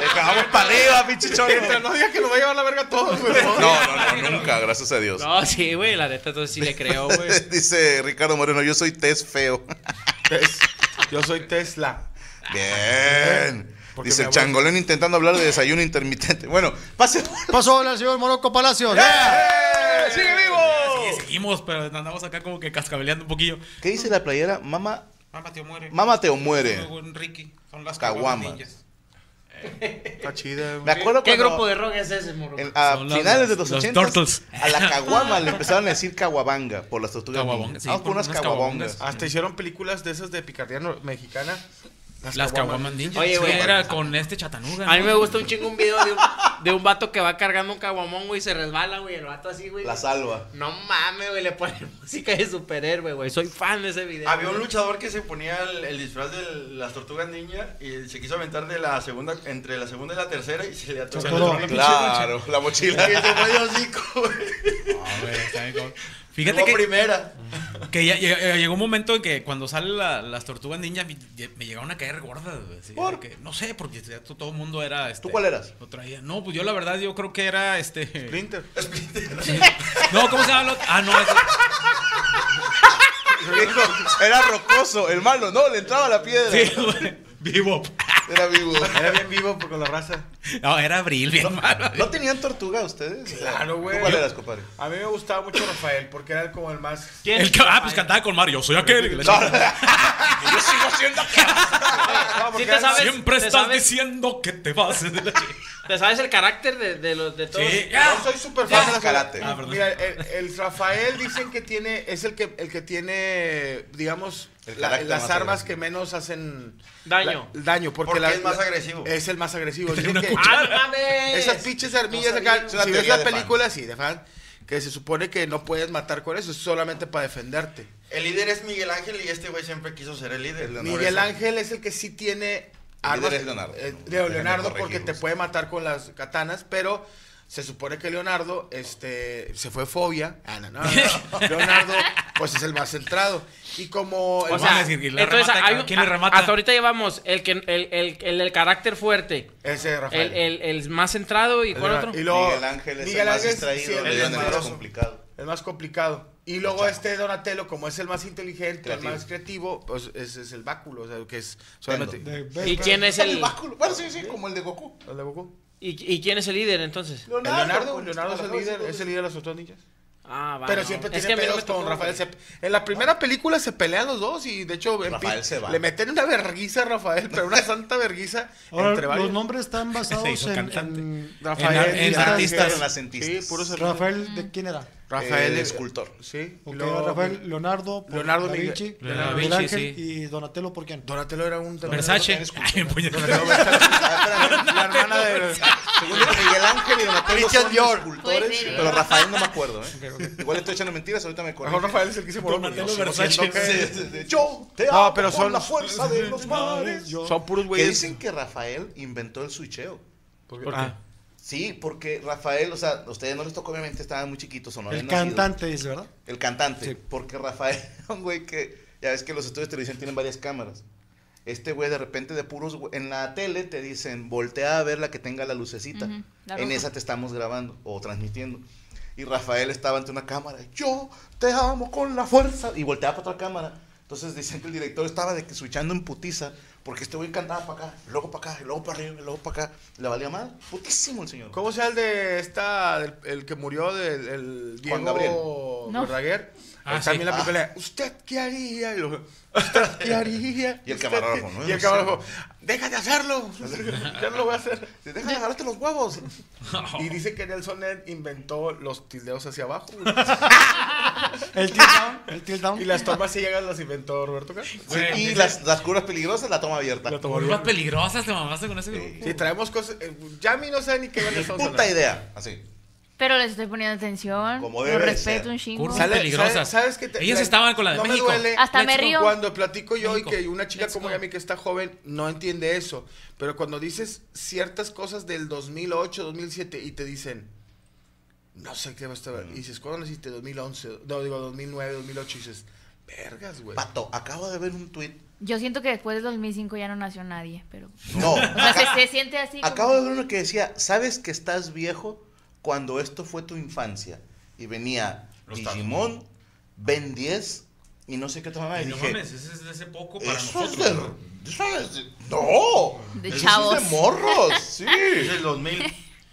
[SPEAKER 1] Dejamos para arriba, pinche chorro.
[SPEAKER 7] No digas que lo va a llevar a la verga todo, güey.
[SPEAKER 1] No, no, no, nunca, gracias a Dios.
[SPEAKER 6] <laughs> No, sí, güey, la neta, entonces sí le creo, güey.
[SPEAKER 1] <laughs> Dice Ricardo Moreno, yo soy test feo.
[SPEAKER 7] Tes- Yo soy Tesla.
[SPEAKER 1] Bien.
[SPEAKER 7] Ah, ¿eh? Porque mi
[SPEAKER 1] Dice
[SPEAKER 7] abuelo-
[SPEAKER 1] Changolén intentando hablar de desayuno intermitente. Bueno, pase.
[SPEAKER 4] Pasó a hablar el señor Moroco Palacios.
[SPEAKER 6] ¡Eh!
[SPEAKER 1] ¡Sigue vivo!
[SPEAKER 3] Sí, seguimos, pero andamos acá como que cascabeleando un poquillo.
[SPEAKER 1] ¿Qué dice la playera? Mamá,
[SPEAKER 3] Mamá te muere.
[SPEAKER 1] mámate o muere.
[SPEAKER 3] Ricky. Son las
[SPEAKER 1] Caguamas.
[SPEAKER 3] caguamas.
[SPEAKER 7] Está chida,
[SPEAKER 1] Me
[SPEAKER 7] güey.
[SPEAKER 1] acuerdo
[SPEAKER 6] ¿Qué
[SPEAKER 1] cuando
[SPEAKER 6] grupo de rock es ese, morro?
[SPEAKER 1] en- a
[SPEAKER 3] Son los-
[SPEAKER 1] finales de los
[SPEAKER 3] los
[SPEAKER 1] 80
[SPEAKER 3] Turtles.
[SPEAKER 1] a la caguama
[SPEAKER 7] <laughs>
[SPEAKER 1] le empezaron a decir caguabanga por las tortugas.
[SPEAKER 3] Caguabonga,
[SPEAKER 1] ninja.
[SPEAKER 3] sí,
[SPEAKER 1] Vamos por
[SPEAKER 3] por
[SPEAKER 1] unas
[SPEAKER 3] unas
[SPEAKER 1] caguabongas.
[SPEAKER 3] caguabongas.
[SPEAKER 7] Hasta hicieron películas de esas de picardía no- mexicana.
[SPEAKER 3] Las caguamas ninjas.
[SPEAKER 6] Oye,
[SPEAKER 3] Oye,
[SPEAKER 6] güey.
[SPEAKER 3] güey. Era con este chatanuga.
[SPEAKER 6] A mí
[SPEAKER 3] ¿no?
[SPEAKER 6] me gusta un chingo un video de un, de un vato que va cargando un caguamón, güey, y se resbala, güey, el vato así, güey.
[SPEAKER 1] La salva.
[SPEAKER 6] No mames, güey, le ponen <laughs> música de superhéroe, güey. Soy fan de ese video.
[SPEAKER 7] Había un
[SPEAKER 6] güey.
[SPEAKER 7] luchador que se ponía el, el disfraz de las tortugas ninja y se quiso aventar de la segunda, entre la segunda y la tercera y se le atoró.
[SPEAKER 4] Se atoró.
[SPEAKER 7] la pinche
[SPEAKER 1] Claro, la
[SPEAKER 7] mochila. Y
[SPEAKER 1] mochila.
[SPEAKER 7] se fue de hocico, güey.
[SPEAKER 3] No, güey, está bien cabrón.
[SPEAKER 7] Llegó
[SPEAKER 3] Fíjate que,
[SPEAKER 7] primera.
[SPEAKER 3] que ya, ya- ya llegó un momento en que cuando salen la- las tortugas ninja me, me llegaron a caer gordas. güey, así,
[SPEAKER 1] ¿Por?
[SPEAKER 3] de que- no sé, porque ya to- todo el mundo era. Este,
[SPEAKER 1] ¿Tú cuál eras?
[SPEAKER 3] Lo traía. No, pues yo la verdad, yo creo que era este.
[SPEAKER 7] Splinter.
[SPEAKER 3] <laughs> No, ¿cómo se llama? el otro? Ah, no, ese-
[SPEAKER 1] <laughs> Dijo, Era rocoso, el malo, no, le entraba la piedra.
[SPEAKER 3] <laughs> Sí, güey. Bebop.
[SPEAKER 1] Era vivo.
[SPEAKER 7] Era bien vivo por- con la raza.
[SPEAKER 3] No, era abril, bien malo.
[SPEAKER 1] ¿No tenían tortuga ustedes?
[SPEAKER 7] Claro, güey.
[SPEAKER 1] ¿Tú cuál eras, compadre?
[SPEAKER 7] A mí me gustaba mucho Rafael porque era como el <laughs> más.
[SPEAKER 6] ¿Quién?
[SPEAKER 3] El que, ah, pues cantaba con Mario. Yo soy aquel.
[SPEAKER 1] No. Yo sigo siendo
[SPEAKER 7] No, porque
[SPEAKER 6] te
[SPEAKER 7] era-
[SPEAKER 6] sabes?
[SPEAKER 3] Siempre
[SPEAKER 6] ¿Te
[SPEAKER 3] estás
[SPEAKER 6] sabes?
[SPEAKER 3] diciendo que te vas. <laughs> sí.
[SPEAKER 6] ¿Te sabes el carácter de, de los de todos?
[SPEAKER 7] Yo soy súper fan de la
[SPEAKER 1] karate.
[SPEAKER 3] Ah, perdón.
[SPEAKER 7] Mira, el, el Rafael dicen que tiene, es el que, el que tiene, digamos,
[SPEAKER 1] El
[SPEAKER 7] la-
[SPEAKER 1] carácter
[SPEAKER 7] las
[SPEAKER 1] más
[SPEAKER 7] armas
[SPEAKER 1] agresivo.
[SPEAKER 7] que menos hacen
[SPEAKER 6] Daño.
[SPEAKER 7] la- daño, porque,
[SPEAKER 2] Porque
[SPEAKER 7] la-
[SPEAKER 2] es más
[SPEAKER 7] la-
[SPEAKER 2] agresivo.
[SPEAKER 7] Es el más agresivo. Dicen que-
[SPEAKER 6] ¡Ah, no mames!
[SPEAKER 7] esas pinches armillas
[SPEAKER 6] No
[SPEAKER 7] acá,
[SPEAKER 1] una
[SPEAKER 6] sabía.
[SPEAKER 7] si ves
[SPEAKER 1] teoría
[SPEAKER 7] la
[SPEAKER 1] de fan.
[SPEAKER 7] película, sí, de fan, que se supone que no puedes matar con eso, es solamente para defenderte.
[SPEAKER 2] El líder es Miguel Ángel y este güey siempre quiso ser el líder.
[SPEAKER 1] Leonardo.
[SPEAKER 7] Miguel
[SPEAKER 1] eso.
[SPEAKER 7] Ángel es el que sí tiene armas
[SPEAKER 1] líder es Leonardo.
[SPEAKER 7] eh, de
[SPEAKER 1] Déjenme
[SPEAKER 7] Leonardo
[SPEAKER 1] corregirlos.
[SPEAKER 7] porque te puede matar con las katanas, pero se supone que Leonardo este se fue fobia. Ah, no, no,
[SPEAKER 6] <laughs>
[SPEAKER 7] no. Leonardo pues es el más centrado y como el
[SPEAKER 6] O
[SPEAKER 7] más-
[SPEAKER 6] sea,
[SPEAKER 3] Vamos a decir, ¿quién le
[SPEAKER 6] entonces,
[SPEAKER 3] remata?
[SPEAKER 6] hay un-
[SPEAKER 3] ¿Quién le
[SPEAKER 6] a-
[SPEAKER 3] remata?
[SPEAKER 6] hasta ahorita llevamos el, que, el, el, el, el carácter fuerte,
[SPEAKER 7] ese Rafael.
[SPEAKER 6] el, el, el más centrado y
[SPEAKER 7] El
[SPEAKER 6] ¿cuál
[SPEAKER 7] de-
[SPEAKER 6] otro?
[SPEAKER 7] y luego-
[SPEAKER 1] Miguel Ángel es
[SPEAKER 7] Miguel
[SPEAKER 1] el más
[SPEAKER 7] Ángel es-
[SPEAKER 1] distraído,
[SPEAKER 7] sí,
[SPEAKER 1] el
[SPEAKER 7] el
[SPEAKER 1] León es el más
[SPEAKER 7] desmadroso.
[SPEAKER 1] complicado.
[SPEAKER 7] Es más complicado. Y luego este Donatello, como es el más inteligente,
[SPEAKER 1] Creativo.
[SPEAKER 7] el más creativo, pues ese es el báculo, o sea, que es solamente...
[SPEAKER 6] ¿Y quién es
[SPEAKER 1] El
[SPEAKER 6] el,
[SPEAKER 1] báculo. Bueno, sí, sí, como el de Goku.
[SPEAKER 7] ¿El de Goku?
[SPEAKER 6] y, y quién es el líder entonces?
[SPEAKER 7] El
[SPEAKER 6] pues,
[SPEAKER 7] Leonardo, Leonardo es el líder, es el líder de las otras ninjas.
[SPEAKER 6] Ah, va,
[SPEAKER 7] Pero
[SPEAKER 6] no.
[SPEAKER 7] siempre
[SPEAKER 6] Es
[SPEAKER 7] tiene
[SPEAKER 6] que a mí no
[SPEAKER 7] pedos
[SPEAKER 6] me tocó,
[SPEAKER 7] con Rafael.
[SPEAKER 6] güey.
[SPEAKER 7] se- en la primera película se pelean los dos y de hecho en
[SPEAKER 1] Rafael
[SPEAKER 7] pi-
[SPEAKER 1] se va.
[SPEAKER 7] le meten una verguiza a Rafael, pero una santa verguiza
[SPEAKER 4] Ahora,
[SPEAKER 7] entre varios.
[SPEAKER 4] los
[SPEAKER 6] <laughs>
[SPEAKER 4] nombres están
[SPEAKER 3] Se
[SPEAKER 4] basados
[SPEAKER 3] hizo
[SPEAKER 4] en,
[SPEAKER 3] cantante.
[SPEAKER 4] en-
[SPEAKER 3] En- en
[SPEAKER 7] y
[SPEAKER 3] artistas.
[SPEAKER 7] Ángel.
[SPEAKER 1] Renacentistas.
[SPEAKER 7] Sí, puros artistas.
[SPEAKER 4] Rafael, ¿de quién era?
[SPEAKER 7] Rafael
[SPEAKER 1] El
[SPEAKER 7] eh,
[SPEAKER 1] escultor.
[SPEAKER 7] Sí. y
[SPEAKER 4] Ok,
[SPEAKER 7] luego-
[SPEAKER 4] Rafael, Leonardo, por
[SPEAKER 7] Leonardo
[SPEAKER 4] Da
[SPEAKER 7] Miguel-
[SPEAKER 4] Vinci,
[SPEAKER 3] Leonardo
[SPEAKER 4] Miguel
[SPEAKER 3] Vinci,
[SPEAKER 4] Ángel
[SPEAKER 3] sí.
[SPEAKER 4] y Donatello, ¿por quién?
[SPEAKER 7] Donatello era un
[SPEAKER 3] Versace. Ay, puñetero.
[SPEAKER 7] Donatello Versace. Ah, espérame, La
[SPEAKER 6] <laughs>
[SPEAKER 7] hermana de
[SPEAKER 1] Según yo, Miguel Ángel y Donatello
[SPEAKER 7] Richard
[SPEAKER 1] son
[SPEAKER 7] York.
[SPEAKER 5] Puede
[SPEAKER 1] escultores,
[SPEAKER 5] ser, ¿eh?
[SPEAKER 1] pero Rafael no me acuerdo, ¿eh? Igual estoy echando mentiras, ahorita me corrijo.
[SPEAKER 7] Mejor Rafael es el que se moró.
[SPEAKER 3] Donatello
[SPEAKER 7] porque yo sigo
[SPEAKER 3] Versace.
[SPEAKER 7] siendo que-
[SPEAKER 1] Sí, sí, sí. Yo te
[SPEAKER 7] No,
[SPEAKER 1] amo
[SPEAKER 7] pero
[SPEAKER 1] con
[SPEAKER 7] son-
[SPEAKER 1] la fuerza de los mares.
[SPEAKER 4] Yo-
[SPEAKER 7] Son puros
[SPEAKER 1] Que
[SPEAKER 7] güeyes.
[SPEAKER 1] dicen que Rafael inventó el switcheo.
[SPEAKER 7] Porque-
[SPEAKER 3] Ah,
[SPEAKER 1] Sí, porque Rafael, o sea, a ustedes no les tocó, obviamente estaban muy chiquitos o no
[SPEAKER 4] El
[SPEAKER 1] habían nacido.
[SPEAKER 4] cantante dice, ¿verdad?
[SPEAKER 1] El cantante.
[SPEAKER 4] Sí.
[SPEAKER 1] Porque Rafael <laughs> era un güey que. Ya ves que los estudios de televisión tienen varias cámaras. Este güey de repente de puros. güe- En la tele te dicen, voltea a ver la que tenga la lucecita.
[SPEAKER 5] Ujú, la
[SPEAKER 1] en
[SPEAKER 5] roja.
[SPEAKER 1] esa te estamos grabando o transmitiendo. Y Rafael estaba ante una cámara. Yo te amo con la fuerza. Y volteaba para otra cámara. Entonces dicen que el director estaba de que switchando en putiza. Porque este güey cantaba para acá, y luego para acá, y luego para arriba, y luego para acá. Le valía mal. Putísimo el señor.
[SPEAKER 7] ¿Cómo sea el de esta, del- el, que murió del el Diego
[SPEAKER 1] Juan Gabriel.
[SPEAKER 5] No.
[SPEAKER 7] Verdaguer?
[SPEAKER 3] Ah,
[SPEAKER 7] Él también
[SPEAKER 3] sí.
[SPEAKER 7] la película, ¿usted qué haría? Y lo- ¿Usted qué haría?
[SPEAKER 1] <laughs> Y el
[SPEAKER 7] ¿Usted
[SPEAKER 1] camarógrafo,
[SPEAKER 7] qué-"
[SPEAKER 1] ¿no?
[SPEAKER 7] Y el
[SPEAKER 1] Sí.
[SPEAKER 7] camarógrafo, deja de hacerlo, <laughs> ya no lo voy a hacer.
[SPEAKER 1] Deja de agarrarte los huevos.
[SPEAKER 3] <laughs>
[SPEAKER 7] Y dice que Nelson Ned inventó los tildeos hacia abajo.
[SPEAKER 4] <laughs> El tilt down, el tilt down.
[SPEAKER 7] Y las tomas ciegas las inventó Roberto Carlos.
[SPEAKER 1] Sí,
[SPEAKER 3] Güey,
[SPEAKER 1] y
[SPEAKER 3] ese-
[SPEAKER 1] las, las curvas peligrosas, la toma abierta.
[SPEAKER 7] La toma
[SPEAKER 3] curvas peligrosas, te mamaste con ese grupo.
[SPEAKER 7] Sí, traemos cosas. eh, ya a mí no sé ni qué van a
[SPEAKER 1] Puta idea. Así.
[SPEAKER 5] Pero les estoy poniendo atención.
[SPEAKER 1] Como
[SPEAKER 5] Lo
[SPEAKER 1] debe de
[SPEAKER 5] respeto
[SPEAKER 1] ser.
[SPEAKER 5] un chingo.
[SPEAKER 3] Cursa. Sale- peligrosas.
[SPEAKER 7] ¿Sabes que te-
[SPEAKER 3] Ellas estaban con la de
[SPEAKER 7] no
[SPEAKER 3] México.
[SPEAKER 7] Me duele,
[SPEAKER 5] Hasta me
[SPEAKER 3] Let's go.
[SPEAKER 5] río.
[SPEAKER 7] Cuando platico yo
[SPEAKER 3] México.
[SPEAKER 7] y que una chica
[SPEAKER 3] Let's
[SPEAKER 7] como
[SPEAKER 3] go.
[SPEAKER 7] a mí que está joven no entiende eso, pero cuando dices ciertas cosas del 2008, 2007 y te dicen, no sé qué va a estar,
[SPEAKER 3] Mm.
[SPEAKER 7] y dices, ¿cuándo naciste? 2011, no, digo 2009, 2008, y dices, vergas, güey.
[SPEAKER 1] Pato, acabo de ver un tweet.
[SPEAKER 5] Yo siento que después del 2005 ya no nació nadie, pero...
[SPEAKER 1] No.
[SPEAKER 5] <laughs> O sea, se,
[SPEAKER 1] acá-
[SPEAKER 5] se siente así. como-
[SPEAKER 1] acabo de ver uno que decía, ¿sabes que estás viejo cuando esto fue tu infancia? Y venía
[SPEAKER 3] Los
[SPEAKER 1] Digimon, Ben 10 y no sé qué otra mamá.
[SPEAKER 3] Ay,
[SPEAKER 1] Y
[SPEAKER 3] no
[SPEAKER 1] dije,
[SPEAKER 3] mames, ese es de hace poco para
[SPEAKER 1] eso es
[SPEAKER 3] nosotros.
[SPEAKER 1] de... eso es de- No.
[SPEAKER 5] De
[SPEAKER 1] Eso
[SPEAKER 5] chavos.
[SPEAKER 1] Es de morros.
[SPEAKER 5] <laughs>
[SPEAKER 1] Sí.
[SPEAKER 7] Es el 2000.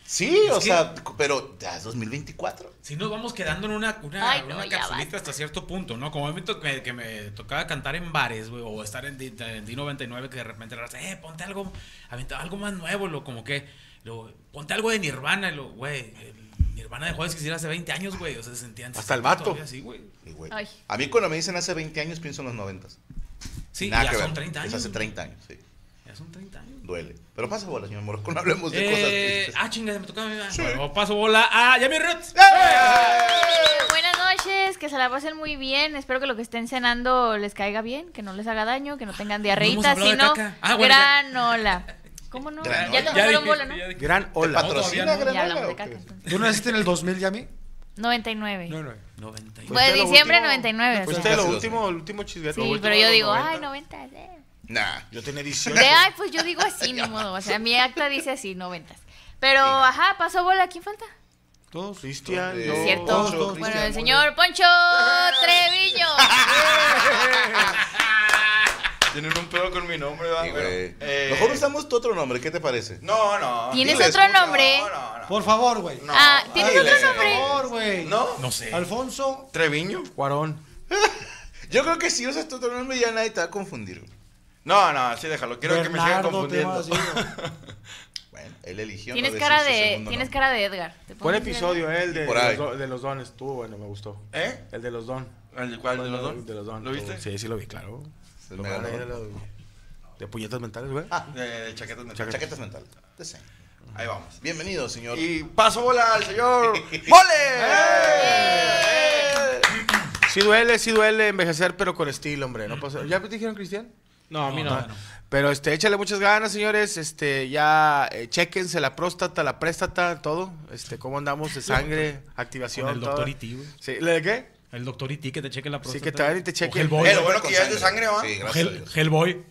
[SPEAKER 1] Sí,
[SPEAKER 3] Es
[SPEAKER 1] o
[SPEAKER 3] que-
[SPEAKER 1] sea, pero ya es 2024.
[SPEAKER 3] Si nos vamos quedando en una, una,
[SPEAKER 5] Ay, no,
[SPEAKER 3] una
[SPEAKER 5] ya
[SPEAKER 3] capsulita
[SPEAKER 5] basta.
[SPEAKER 3] hasta cierto punto, ¿no? Como a mí to- que, que me tocaba cantar en bares, güey, o estar en D- en D99, que de repente la raza, eh, ponte algo, aventa algo más nuevo, lo como que, lo, ponte algo de Nirvana, y lo, güey, el Nirvana de jueves que hicieron hace 20 años, güey, o sea, se sentían.
[SPEAKER 7] Hasta el vato.
[SPEAKER 3] Sí, güey.
[SPEAKER 1] Y güey,
[SPEAKER 5] Ay.
[SPEAKER 1] A mí cuando me dicen hace 20 años pienso en los 90.
[SPEAKER 3] Sí,
[SPEAKER 1] Nada
[SPEAKER 3] ya
[SPEAKER 1] que
[SPEAKER 3] son
[SPEAKER 1] ver.
[SPEAKER 3] 30 años.
[SPEAKER 1] Es hace
[SPEAKER 3] güey.
[SPEAKER 1] 30 años, sí.
[SPEAKER 3] Ya son 30 años.
[SPEAKER 1] Duele. Pero pasa bola, señor Morocco, no hablemos Pues de cosas
[SPEAKER 3] Eh,
[SPEAKER 1] tristes.
[SPEAKER 3] ah, chingada, me tocaba a mí. ah, bueno, paso bola a Yami Roots.
[SPEAKER 1] ¡Eh!
[SPEAKER 5] Buenas noches, que se la pasen muy bien. Espero que lo que estén cenando les caiga bien, que no les haga daño, que no tengan diarreita,
[SPEAKER 3] hablado de
[SPEAKER 5] sino
[SPEAKER 3] caca. Ah, bueno, ya.
[SPEAKER 5] granola. ¿Cómo no?
[SPEAKER 1] Granola.
[SPEAKER 5] Ya te
[SPEAKER 3] Ya
[SPEAKER 5] fueron
[SPEAKER 3] dije,
[SPEAKER 5] bola, ¿no?
[SPEAKER 3] ya dije.
[SPEAKER 7] Gran ola.
[SPEAKER 1] Te patrocina
[SPEAKER 3] No,
[SPEAKER 5] Ya
[SPEAKER 3] todavía
[SPEAKER 1] Granola.
[SPEAKER 5] hablamos de
[SPEAKER 1] ¿o
[SPEAKER 5] caca.
[SPEAKER 1] qué?
[SPEAKER 5] entonces.
[SPEAKER 4] ¿Tú naciste en el 2000, Yami?
[SPEAKER 5] 99.
[SPEAKER 4] no.
[SPEAKER 3] Noventa y-
[SPEAKER 5] Fue de
[SPEAKER 7] Usted lo
[SPEAKER 5] diciembre
[SPEAKER 7] último-
[SPEAKER 5] 99. o sea.
[SPEAKER 7] Pues usted lo
[SPEAKER 1] Casi
[SPEAKER 7] último, el último chisguete. lo
[SPEAKER 5] Sí,
[SPEAKER 7] último
[SPEAKER 5] pero
[SPEAKER 7] de
[SPEAKER 5] yo
[SPEAKER 7] los
[SPEAKER 5] digo,
[SPEAKER 7] 90.
[SPEAKER 5] ay, 90. eh.
[SPEAKER 1] Nah.
[SPEAKER 7] Yo tenía 18.
[SPEAKER 5] De, ay, pues yo digo así, ni modo. O sea, mi acta dice así, 90. Pero, ajá, pasó bola. ¿Quién falta?
[SPEAKER 4] Todos.
[SPEAKER 7] Cristian,
[SPEAKER 1] Eh,
[SPEAKER 7] yo-
[SPEAKER 5] Es cierto.
[SPEAKER 1] Poncho,
[SPEAKER 5] bueno,
[SPEAKER 1] Cristian,
[SPEAKER 5] el
[SPEAKER 1] muy
[SPEAKER 5] señor Poncho
[SPEAKER 4] <laughs>
[SPEAKER 5] Treviño.
[SPEAKER 8] <laughs> Tienen un pedo con mi nombre, ¿verdad?
[SPEAKER 1] Sí,
[SPEAKER 8] Bueno,
[SPEAKER 1] güey.
[SPEAKER 8] eh,
[SPEAKER 1] Mejor usamos tu otro nombre, ¿qué te parece?
[SPEAKER 8] No, no.
[SPEAKER 5] ¿Tienes
[SPEAKER 8] Diles,
[SPEAKER 5] otro
[SPEAKER 8] ¿cómo?
[SPEAKER 5] nombre?
[SPEAKER 8] No, no, no.
[SPEAKER 4] Por favor, güey.
[SPEAKER 5] ah, ¿tienes
[SPEAKER 1] Dile.
[SPEAKER 5] otro
[SPEAKER 4] Por
[SPEAKER 5] nombre?
[SPEAKER 4] favor, güey.
[SPEAKER 8] ¿No?
[SPEAKER 3] No sé.
[SPEAKER 4] Alfonso.
[SPEAKER 8] ¿Treviño?
[SPEAKER 7] Cuarón.
[SPEAKER 1] Yo creo que si usas tu otro nombre ya nadie te va a confundir. güey.
[SPEAKER 8] No, no, sí, déjalo. Quiero que me sigan
[SPEAKER 4] Bernardo, te
[SPEAKER 8] confundiendo.
[SPEAKER 4] vas a decir.
[SPEAKER 1] Bueno, él eligió. no
[SPEAKER 5] Tienes
[SPEAKER 1] decir
[SPEAKER 5] cara
[SPEAKER 1] su
[SPEAKER 5] de,
[SPEAKER 1] segundo
[SPEAKER 5] tienes
[SPEAKER 1] nombre.
[SPEAKER 5] cara de Edgar. ¿Te
[SPEAKER 7] Buen
[SPEAKER 5] pones
[SPEAKER 7] episodio, eh, el de,
[SPEAKER 1] Por
[SPEAKER 7] de
[SPEAKER 1] ahí.
[SPEAKER 7] los, do- de los Don. Estuvo bueno, me gustó.
[SPEAKER 8] ¿Eh?
[SPEAKER 7] El de los Don.
[SPEAKER 8] ¿El cuál de los dos?
[SPEAKER 7] De los Don.
[SPEAKER 8] ¿Lo viste?
[SPEAKER 7] Sí, sí lo vi, claro.
[SPEAKER 1] El
[SPEAKER 7] Lo
[SPEAKER 1] mega
[SPEAKER 7] van a ir
[SPEAKER 1] Don.
[SPEAKER 7] a los- De puñetas mentales, güey.
[SPEAKER 8] De, Ah, de chaquetas mentales.
[SPEAKER 1] Chaquetas mentales. The same.
[SPEAKER 8] Ahí vamos.
[SPEAKER 1] Bienvenido, señor.
[SPEAKER 8] Y paso bola al
[SPEAKER 1] <laughs>
[SPEAKER 8] señor ¡Mole!
[SPEAKER 1] ¡Eh!
[SPEAKER 7] Sí duele, sí duele envejecer, pero con estilo, hombre. No pasa- ¿Ya te dijeron, Cristian?
[SPEAKER 6] No, a mí no.
[SPEAKER 7] Ah, Pero este, échale muchas ganas, señores. Este, ya eh, chequense la próstata, la préstata, todo. Este, cómo andamos de sangre, activación.
[SPEAKER 3] Con el
[SPEAKER 7] todo.
[SPEAKER 3] doctor Iti, güey.
[SPEAKER 7] Sí, ¿la de qué?
[SPEAKER 3] El doctor Iti que te cheque la próstata.
[SPEAKER 7] que te vayan y te chequen.
[SPEAKER 3] Oje el boy.
[SPEAKER 8] Eh, lo bueno que ya es de sangre, ¿va?
[SPEAKER 1] Sí, gracias. a
[SPEAKER 3] Hell,
[SPEAKER 1] Dios.
[SPEAKER 3] Hellboy.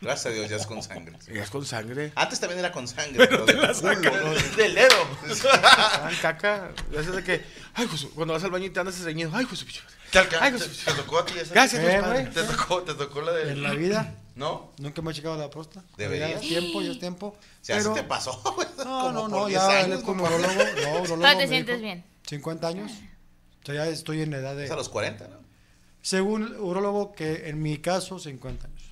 [SPEAKER 1] Gracias a Dios, ya es con sangre.
[SPEAKER 7] Ya es con
[SPEAKER 3] Ah.
[SPEAKER 7] sangre.
[SPEAKER 1] Antes también era con sangre. Pero de culo, ¿no?
[SPEAKER 7] Del dedo.
[SPEAKER 1] <laughs>
[SPEAKER 7] Ah, caca. Gracias de que. Ay, Jesús, cuando vas al baño y te andas reñido. Ay, Jesús, pinche madre.
[SPEAKER 8] Te, alca-
[SPEAKER 7] Ay,
[SPEAKER 8] te,
[SPEAKER 7] Jesús.
[SPEAKER 8] te tocó a ti esa.
[SPEAKER 7] Gracias,
[SPEAKER 4] Eh,
[SPEAKER 7] Dios Padre.
[SPEAKER 4] güey.
[SPEAKER 8] Te tocó, te tocó la de.
[SPEAKER 4] En la vida.
[SPEAKER 8] ¿No?
[SPEAKER 4] Nunca me he checado la próstata.
[SPEAKER 1] Deberías.
[SPEAKER 4] Ya es tiempo, ya es tiempo.
[SPEAKER 1] sea,
[SPEAKER 4] pero-
[SPEAKER 1] se te pasó, <laughs> güey.
[SPEAKER 4] No,
[SPEAKER 1] Como
[SPEAKER 4] no,
[SPEAKER 1] por
[SPEAKER 4] no,
[SPEAKER 1] 10
[SPEAKER 4] ya
[SPEAKER 1] años,
[SPEAKER 4] hablé con
[SPEAKER 1] ¿no?
[SPEAKER 4] urologo. No, urologo
[SPEAKER 5] Todavía
[SPEAKER 4] me
[SPEAKER 5] te sientes
[SPEAKER 4] dijo,
[SPEAKER 5] bien.
[SPEAKER 4] 50 años. O sea, ya estoy en la edad de.
[SPEAKER 1] Es a los 40, ¿no?
[SPEAKER 4] Según urologo, que en mi caso, 50 años.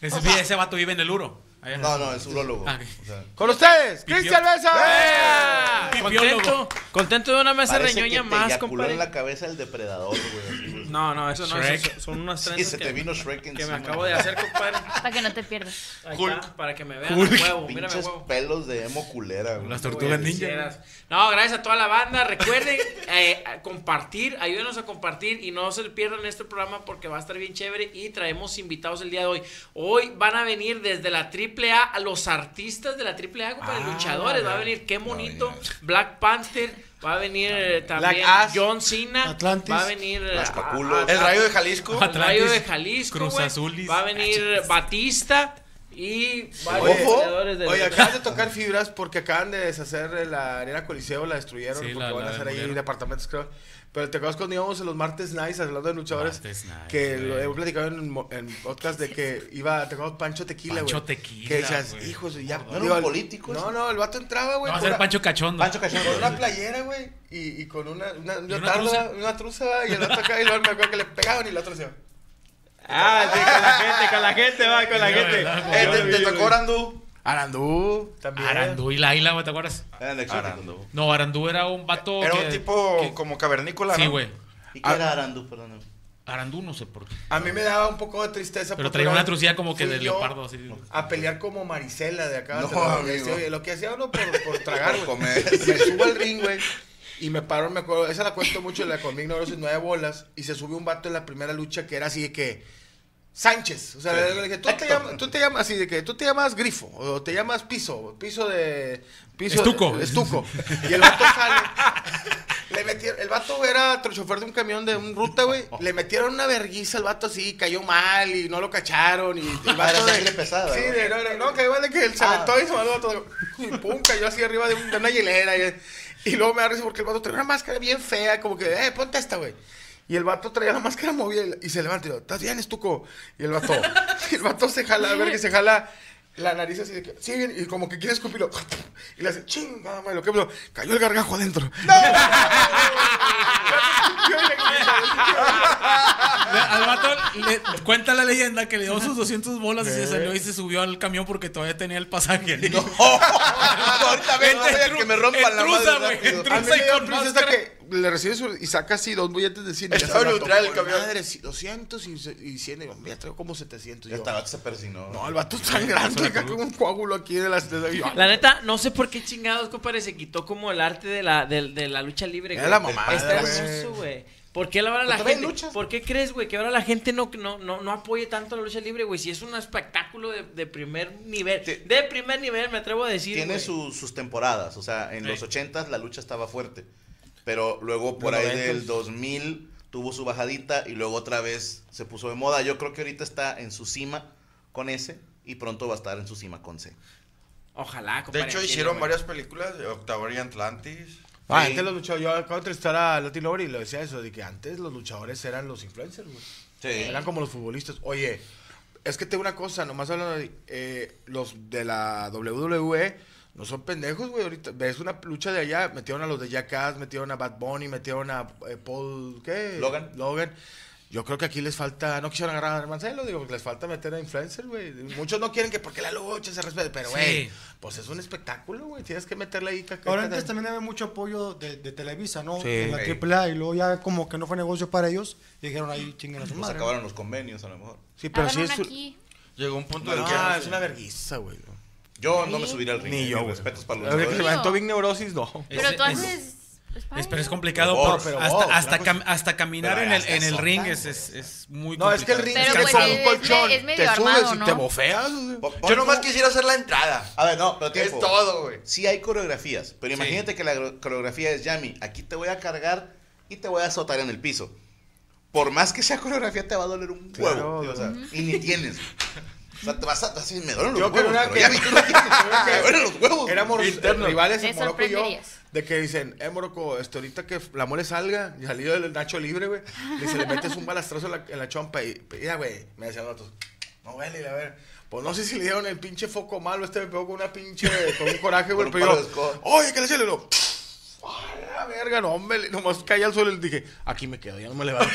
[SPEAKER 3] Ese, ese vato vive en el uro. Allá.
[SPEAKER 1] No, no, es urólogo.
[SPEAKER 3] Ah, ok.
[SPEAKER 1] O sea,
[SPEAKER 7] Con ustedes, Cristian
[SPEAKER 3] Eh.
[SPEAKER 7] Mesa.
[SPEAKER 6] ¡Ah!
[SPEAKER 3] Biólogo.
[SPEAKER 6] Contento, contento de una mesa
[SPEAKER 1] parece que te
[SPEAKER 6] reñoña más,
[SPEAKER 1] eyaculó
[SPEAKER 6] compadre.
[SPEAKER 1] en la cabeza el depredador, güey. así, güey.
[SPEAKER 6] No, no, eso no.
[SPEAKER 3] Shrek.
[SPEAKER 6] eso son- son unas
[SPEAKER 1] Y
[SPEAKER 6] trenzas
[SPEAKER 1] se
[SPEAKER 6] que,
[SPEAKER 1] te vino Shrek
[SPEAKER 6] que me
[SPEAKER 1] encima.
[SPEAKER 6] acabo de hacer, compadre.
[SPEAKER 5] Para que no te pierdas.
[SPEAKER 6] Ahí
[SPEAKER 8] Hulk.
[SPEAKER 6] está, para que me vean. el Huevo, mírame,
[SPEAKER 1] Pinches
[SPEAKER 6] huevo.
[SPEAKER 1] pelos de emo culera, güey.
[SPEAKER 3] Las tortugas
[SPEAKER 6] Güey,
[SPEAKER 3] ninja.
[SPEAKER 6] quisieras. No, gracias a toda la banda. Recuerden <laughs> eh, a compartir, ayúdenos a compartir y no se pierdan este programa porque va a estar bien chévere y traemos invitados el día de hoy. Hoy van a venir desde la AAA a los artistas de la AAA, compadre,
[SPEAKER 3] Ah,
[SPEAKER 6] luchadores. Va a
[SPEAKER 3] ya.
[SPEAKER 6] venir qué bonito.
[SPEAKER 1] Va a venir.
[SPEAKER 6] Black Panther, va a venir eh, también
[SPEAKER 7] Ass.
[SPEAKER 6] John Cena,
[SPEAKER 4] Atlantis.
[SPEAKER 6] va a venir eh,
[SPEAKER 1] Las
[SPEAKER 6] a-
[SPEAKER 1] Paculos.
[SPEAKER 8] El rayo de Jalisco.
[SPEAKER 6] al Rayo de
[SPEAKER 3] Atlantis,
[SPEAKER 6] Jalisco,
[SPEAKER 3] Cruz Ah,
[SPEAKER 6] güey.
[SPEAKER 3] Azulis.
[SPEAKER 6] va a venir Batista y varios
[SPEAKER 7] Ojo,
[SPEAKER 6] luchadores de
[SPEAKER 7] oye, acaban de tocar fibras porque acaban de deshacer la arena Coliseo, la destruyeron
[SPEAKER 3] Sí,
[SPEAKER 7] porque
[SPEAKER 3] la-
[SPEAKER 7] van a
[SPEAKER 3] la
[SPEAKER 7] hacer ahí
[SPEAKER 3] demolieron.
[SPEAKER 7] departamentos, creo. Pero te acuerdas cuando íbamos en los martes nights hablando de luchadores,
[SPEAKER 3] Martes Nights,
[SPEAKER 7] que
[SPEAKER 3] güey.
[SPEAKER 7] lo he platicado en, mo- en podcast de que iba, te acuerdas, Pancho Tequila, güey.
[SPEAKER 3] Pancho Tequila,
[SPEAKER 7] Que decías,
[SPEAKER 3] güey.
[SPEAKER 7] hijos, ya.
[SPEAKER 1] ¿No era
[SPEAKER 7] digo,
[SPEAKER 1] un
[SPEAKER 7] el-
[SPEAKER 1] político
[SPEAKER 7] No,
[SPEAKER 1] ese?
[SPEAKER 7] no, el vato entraba, güey.
[SPEAKER 3] Va a
[SPEAKER 7] con
[SPEAKER 3] ser
[SPEAKER 7] la-
[SPEAKER 3] Pancho Cachondo.
[SPEAKER 1] Pancho Cachondo.
[SPEAKER 7] Con una playera, güey, y, y con una, una, una,
[SPEAKER 3] una
[SPEAKER 7] tarda,
[SPEAKER 3] truza.
[SPEAKER 7] una truza, y el otro acá, y luego me acuerdo que le pegaban y el otro
[SPEAKER 3] <laughs>
[SPEAKER 7] decía,
[SPEAKER 6] Ah, sí, con la gente, con la gente, va, con la gente.
[SPEAKER 8] Eh, te, te tocó Orandú.
[SPEAKER 7] Arandú, también.
[SPEAKER 3] Arandú y Laila, güey, ¿te acuerdas?
[SPEAKER 1] Eran exóticos.
[SPEAKER 8] Arandú.
[SPEAKER 3] No, Arandú era un vato.
[SPEAKER 8] Era un
[SPEAKER 3] que-
[SPEAKER 8] tipo
[SPEAKER 3] que-
[SPEAKER 8] como cavernícola,
[SPEAKER 3] Sí,
[SPEAKER 8] ¿no?
[SPEAKER 3] güey.
[SPEAKER 1] ¿Y qué era Arandú, perdóname?
[SPEAKER 3] Arandú no sé por qué.
[SPEAKER 7] A mí me daba un poco de tristeza.
[SPEAKER 3] Pero
[SPEAKER 7] porque
[SPEAKER 3] traía una
[SPEAKER 7] vez
[SPEAKER 3] trucilla como que
[SPEAKER 7] fui
[SPEAKER 3] de
[SPEAKER 7] yo
[SPEAKER 3] leopardo, así.
[SPEAKER 7] A pelear como Marisela de acá.
[SPEAKER 1] No,
[SPEAKER 7] te lo digo,
[SPEAKER 1] amigo.
[SPEAKER 7] sí, oye, lo que hacía uno por,
[SPEAKER 1] <laughs>
[SPEAKER 7] por tragar,
[SPEAKER 1] Por
[SPEAKER 7] güey.
[SPEAKER 1] comer.
[SPEAKER 7] Me subo al ring, güey. Y me paro, me acuerdo, esa la cuento mucho, la con Big Noros y nueve bolas. Y se subió un vato en la primera lucha que era así de que. Sánchez. O sea, le- le dije, tú te, llamas, tú te llamas así de que tú te llamas Grifo. O te llamas Piso. Piso de. Piso
[SPEAKER 3] Estuco.
[SPEAKER 7] de- estuco. Y el vato sale. Le metieron, el vato era tro- chofer de un camión de un ruta, güey. Le metieron una verguiza al vato así, cayó mal y no lo cacharon. Y, y el
[SPEAKER 1] Ah,
[SPEAKER 7] vato
[SPEAKER 1] era
[SPEAKER 7] de-
[SPEAKER 1] sangre pesada,
[SPEAKER 7] Sí,
[SPEAKER 1] ¿no?
[SPEAKER 7] de, no, no, no, cayó mal de que él se aventó y se mandó a todo. Y pum, cayó así arriba de, un- de una hielera. Y, y luego me da risa porque el vato traía una máscara bien fea, como que, eh, ponte esta, güey. Y el vato traía la máscara movida y- y se levanta y digo, ¿estás bien, estuco? Y el vato, <laughs> y el vato se jala, a ver que se jala la nariz así de que, sí, y como que quiere escupirlo. Y le hace, chingada, madre, lo que cayó el gargajo adentro. <laughs>
[SPEAKER 3] Al vato le- cuenta la leyenda que le dio sus 200 bolas y se salió y se subió al camión porque todavía tenía el
[SPEAKER 7] <laughs>
[SPEAKER 3] pasaje. <laughs> No,
[SPEAKER 1] Ahorita vengo, voy a que me rompan la madre rápido.
[SPEAKER 7] A mí me dio tristeza que le recibe su, y saca así dos billetes de 100.
[SPEAKER 8] Estaba neutral el camión.
[SPEAKER 7] Madre, sí, 200 y, se- y 100. Y yo, mira, traigo como 700.
[SPEAKER 1] Ya
[SPEAKER 7] Yo,
[SPEAKER 1] hasta el vato se persinó.
[SPEAKER 7] no, el vato
[SPEAKER 8] <laughs>
[SPEAKER 7] es tan grande acá como un coágulo aquí de las... De, yo,
[SPEAKER 6] La neta, no sé por qué chingados, compadre, se quitó como el arte de la, de, de la lucha libre,
[SPEAKER 7] Era
[SPEAKER 6] güey.
[SPEAKER 7] la mamada,
[SPEAKER 6] Está
[SPEAKER 7] güey.
[SPEAKER 6] hermoso, güey. ¿Por qué ahora la
[SPEAKER 1] todavía hay
[SPEAKER 6] gente?
[SPEAKER 1] luchas.
[SPEAKER 6] ¿Por qué crees, güey, que ahora la gente no, no, no, no apoye tanto la lucha libre, güey? Si es un espectáculo de, de primer nivel.
[SPEAKER 1] Te-
[SPEAKER 6] de primer nivel, me atrevo a decir.
[SPEAKER 1] Tiene
[SPEAKER 6] güey.
[SPEAKER 1] sus- sus temporadas. O sea, en
[SPEAKER 6] Sí.
[SPEAKER 1] los 80 la lucha estaba fuerte. Pero luego por
[SPEAKER 7] Los
[SPEAKER 1] ahí
[SPEAKER 7] 90s.
[SPEAKER 1] del 2000 tuvo su bajadita y luego otra vez se puso de moda. Yo creo que ahorita está en su cima con S y pronto va a estar en su cima con C.
[SPEAKER 6] Ojalá,
[SPEAKER 8] De
[SPEAKER 6] compadre.
[SPEAKER 8] hecho,
[SPEAKER 6] entiendo,
[SPEAKER 8] hicieron
[SPEAKER 6] güey. Eh,
[SPEAKER 8] varias películas. Octavor y Atlantis.
[SPEAKER 7] Ah, antes los luchadores, yo acabo de entrevistar a Latin Lover y le decía eso, de que antes los luchadores eran los influencers, güey.
[SPEAKER 1] Sí.
[SPEAKER 7] Eran como los futbolistas. Oye, es que tengo una cosa, nomás hablando de eh, los de la WWE, no son pendejos, güey. Ahorita ves una lucha de allá, metieron a los de Jackass, metieron a Bad Bunny, metieron a eh, Paul, ¿qué?
[SPEAKER 1] Logan.
[SPEAKER 7] Logan. Yo creo que aquí les falta, no quisieron agarrar a Marcelo, digo, porque les falta meter a influencers, güey. Muchos no quieren que porque la lucha se respete, pero,
[SPEAKER 3] Sí.
[SPEAKER 7] güey, pues es un espectáculo, güey. Tienes que meterle ahí caca.
[SPEAKER 4] Ahora antes también había mucho apoyo de, de Televisa, ¿no?
[SPEAKER 7] Sí.
[SPEAKER 4] En la AAA y luego ya como que no fue negocio para ellos y dijeron ahí chingan a su
[SPEAKER 1] Pues
[SPEAKER 4] madre.
[SPEAKER 1] acabaron los convenios a lo mejor.
[SPEAKER 7] Sí, pero
[SPEAKER 5] Hagan
[SPEAKER 7] sí
[SPEAKER 5] una
[SPEAKER 7] es... un-
[SPEAKER 5] aquí.
[SPEAKER 8] Llegó un punto en el que.
[SPEAKER 7] Ah, es una vergüenza, güey.
[SPEAKER 1] Yo no me subiré al ring. eh,
[SPEAKER 7] Ni yo,
[SPEAKER 1] mis
[SPEAKER 7] güey.
[SPEAKER 1] Respetos para
[SPEAKER 5] Pues
[SPEAKER 1] los
[SPEAKER 7] A ver, que se
[SPEAKER 1] luchadores.
[SPEAKER 7] levantó Big Neurosis, no.
[SPEAKER 5] Pero
[SPEAKER 3] Ese-
[SPEAKER 5] tú pues,
[SPEAKER 3] es-
[SPEAKER 5] haces.
[SPEAKER 3] Es, pero es complicado.
[SPEAKER 1] Pero
[SPEAKER 3] por-
[SPEAKER 1] vos,
[SPEAKER 7] pero
[SPEAKER 3] hasta,
[SPEAKER 7] vos,
[SPEAKER 3] hasta,
[SPEAKER 7] una
[SPEAKER 3] cam- hasta caminar
[SPEAKER 1] Pero
[SPEAKER 3] en el,
[SPEAKER 1] hasta
[SPEAKER 3] en el
[SPEAKER 1] soltar,
[SPEAKER 3] ring
[SPEAKER 1] güey.
[SPEAKER 3] es, es, es muy
[SPEAKER 7] No, es que el ring
[SPEAKER 3] complicado.
[SPEAKER 5] Pero
[SPEAKER 7] tiene
[SPEAKER 5] pues
[SPEAKER 7] como
[SPEAKER 5] es-
[SPEAKER 7] un colchón.
[SPEAKER 5] es medio
[SPEAKER 7] te subes
[SPEAKER 5] armado,
[SPEAKER 7] y
[SPEAKER 5] ¿no?
[SPEAKER 7] te bofeas.
[SPEAKER 1] Pon- pon
[SPEAKER 8] Yo nomás
[SPEAKER 1] tú-
[SPEAKER 8] quisiera hacer la entrada.
[SPEAKER 1] A ver, no, pero
[SPEAKER 8] Es
[SPEAKER 1] tiempo.
[SPEAKER 8] todo, güey.
[SPEAKER 1] Sí hay coreografías, pero imagínate que la gro- coreografía es Yami, aquí te voy a cargar y te voy a azotar en el piso. Por más que sea coreografía, te va a doler un huevo.
[SPEAKER 7] Claro,
[SPEAKER 1] tío, o sea, y ni tienes. O sea, te vas a. te vas a decir, me duelen los
[SPEAKER 7] Yo con
[SPEAKER 1] huevos.
[SPEAKER 7] una
[SPEAKER 1] pero <laughs>
[SPEAKER 7] que-
[SPEAKER 1] ya me dijeron que- me duelen los huevos.
[SPEAKER 7] Éramos rivales
[SPEAKER 5] Te
[SPEAKER 7] en Morocco y yo.
[SPEAKER 5] sorprenderías.
[SPEAKER 7] De que dicen, eh, Morocco, este, ahorita que la mole salga, y salido del Nacho libre, güey, le se le metes un balastrazo en la, en la chompa y, mira, güey, me decían los otros, no huele, a ver. Pues no sé si le dieron el pinche foco malo, este me pegó con una pinche, con un coraje, güey,
[SPEAKER 1] <laughs> Con un
[SPEAKER 7] pero
[SPEAKER 1] palo
[SPEAKER 7] yo,
[SPEAKER 1] de escoba.
[SPEAKER 7] oye, ¿qué le hacía? Le digo, "A la verga, no, hombre, le- nomás caí al suelo y le dije, aquí me quedo, ya no
[SPEAKER 5] <laughs>
[SPEAKER 7] me levanto.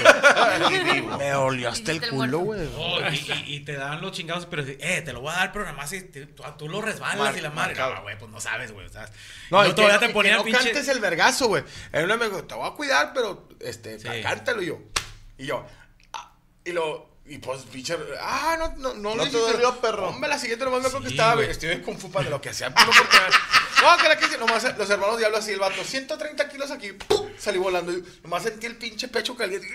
[SPEAKER 7] me dolió hasta el
[SPEAKER 5] Hiciste el
[SPEAKER 7] culo, güey.
[SPEAKER 3] Oh, y, y- y te dan los chingados, pero eh, te lo voy a dar, pero nada más si te- tú, tú lo resbalas
[SPEAKER 8] Mar-
[SPEAKER 3] y la madre.
[SPEAKER 8] marcado.
[SPEAKER 3] No, güey, pues no sabes, güey. o sea,
[SPEAKER 7] No,
[SPEAKER 3] yo
[SPEAKER 7] y
[SPEAKER 3] todavía
[SPEAKER 7] que,
[SPEAKER 3] te
[SPEAKER 7] y
[SPEAKER 3] ponía
[SPEAKER 7] que no
[SPEAKER 3] pinche.
[SPEAKER 7] cantes el vergazo, güey. En una me dijo, te voy a cuidar, pero este, ca- cántalo y yo. Y yo, ah, y lo, y pues, pinche, ah, no, no, no,
[SPEAKER 1] No
[SPEAKER 7] lo
[SPEAKER 1] te
[SPEAKER 7] hiciste.
[SPEAKER 1] dolió, perro.
[SPEAKER 7] Hombre, la siguiente nomás me acuerdo
[SPEAKER 3] Sí,
[SPEAKER 7] que estaba
[SPEAKER 3] güey.
[SPEAKER 7] estoy con fupa de lo que hacían. por no por
[SPEAKER 3] <laughs>
[SPEAKER 7] tener. No, que la que hice, nomás los hermanos diablo así, el vato, 130 kilos aquí, ¡pum! salí volando. Y nomás sentí el pinche pecho caliente.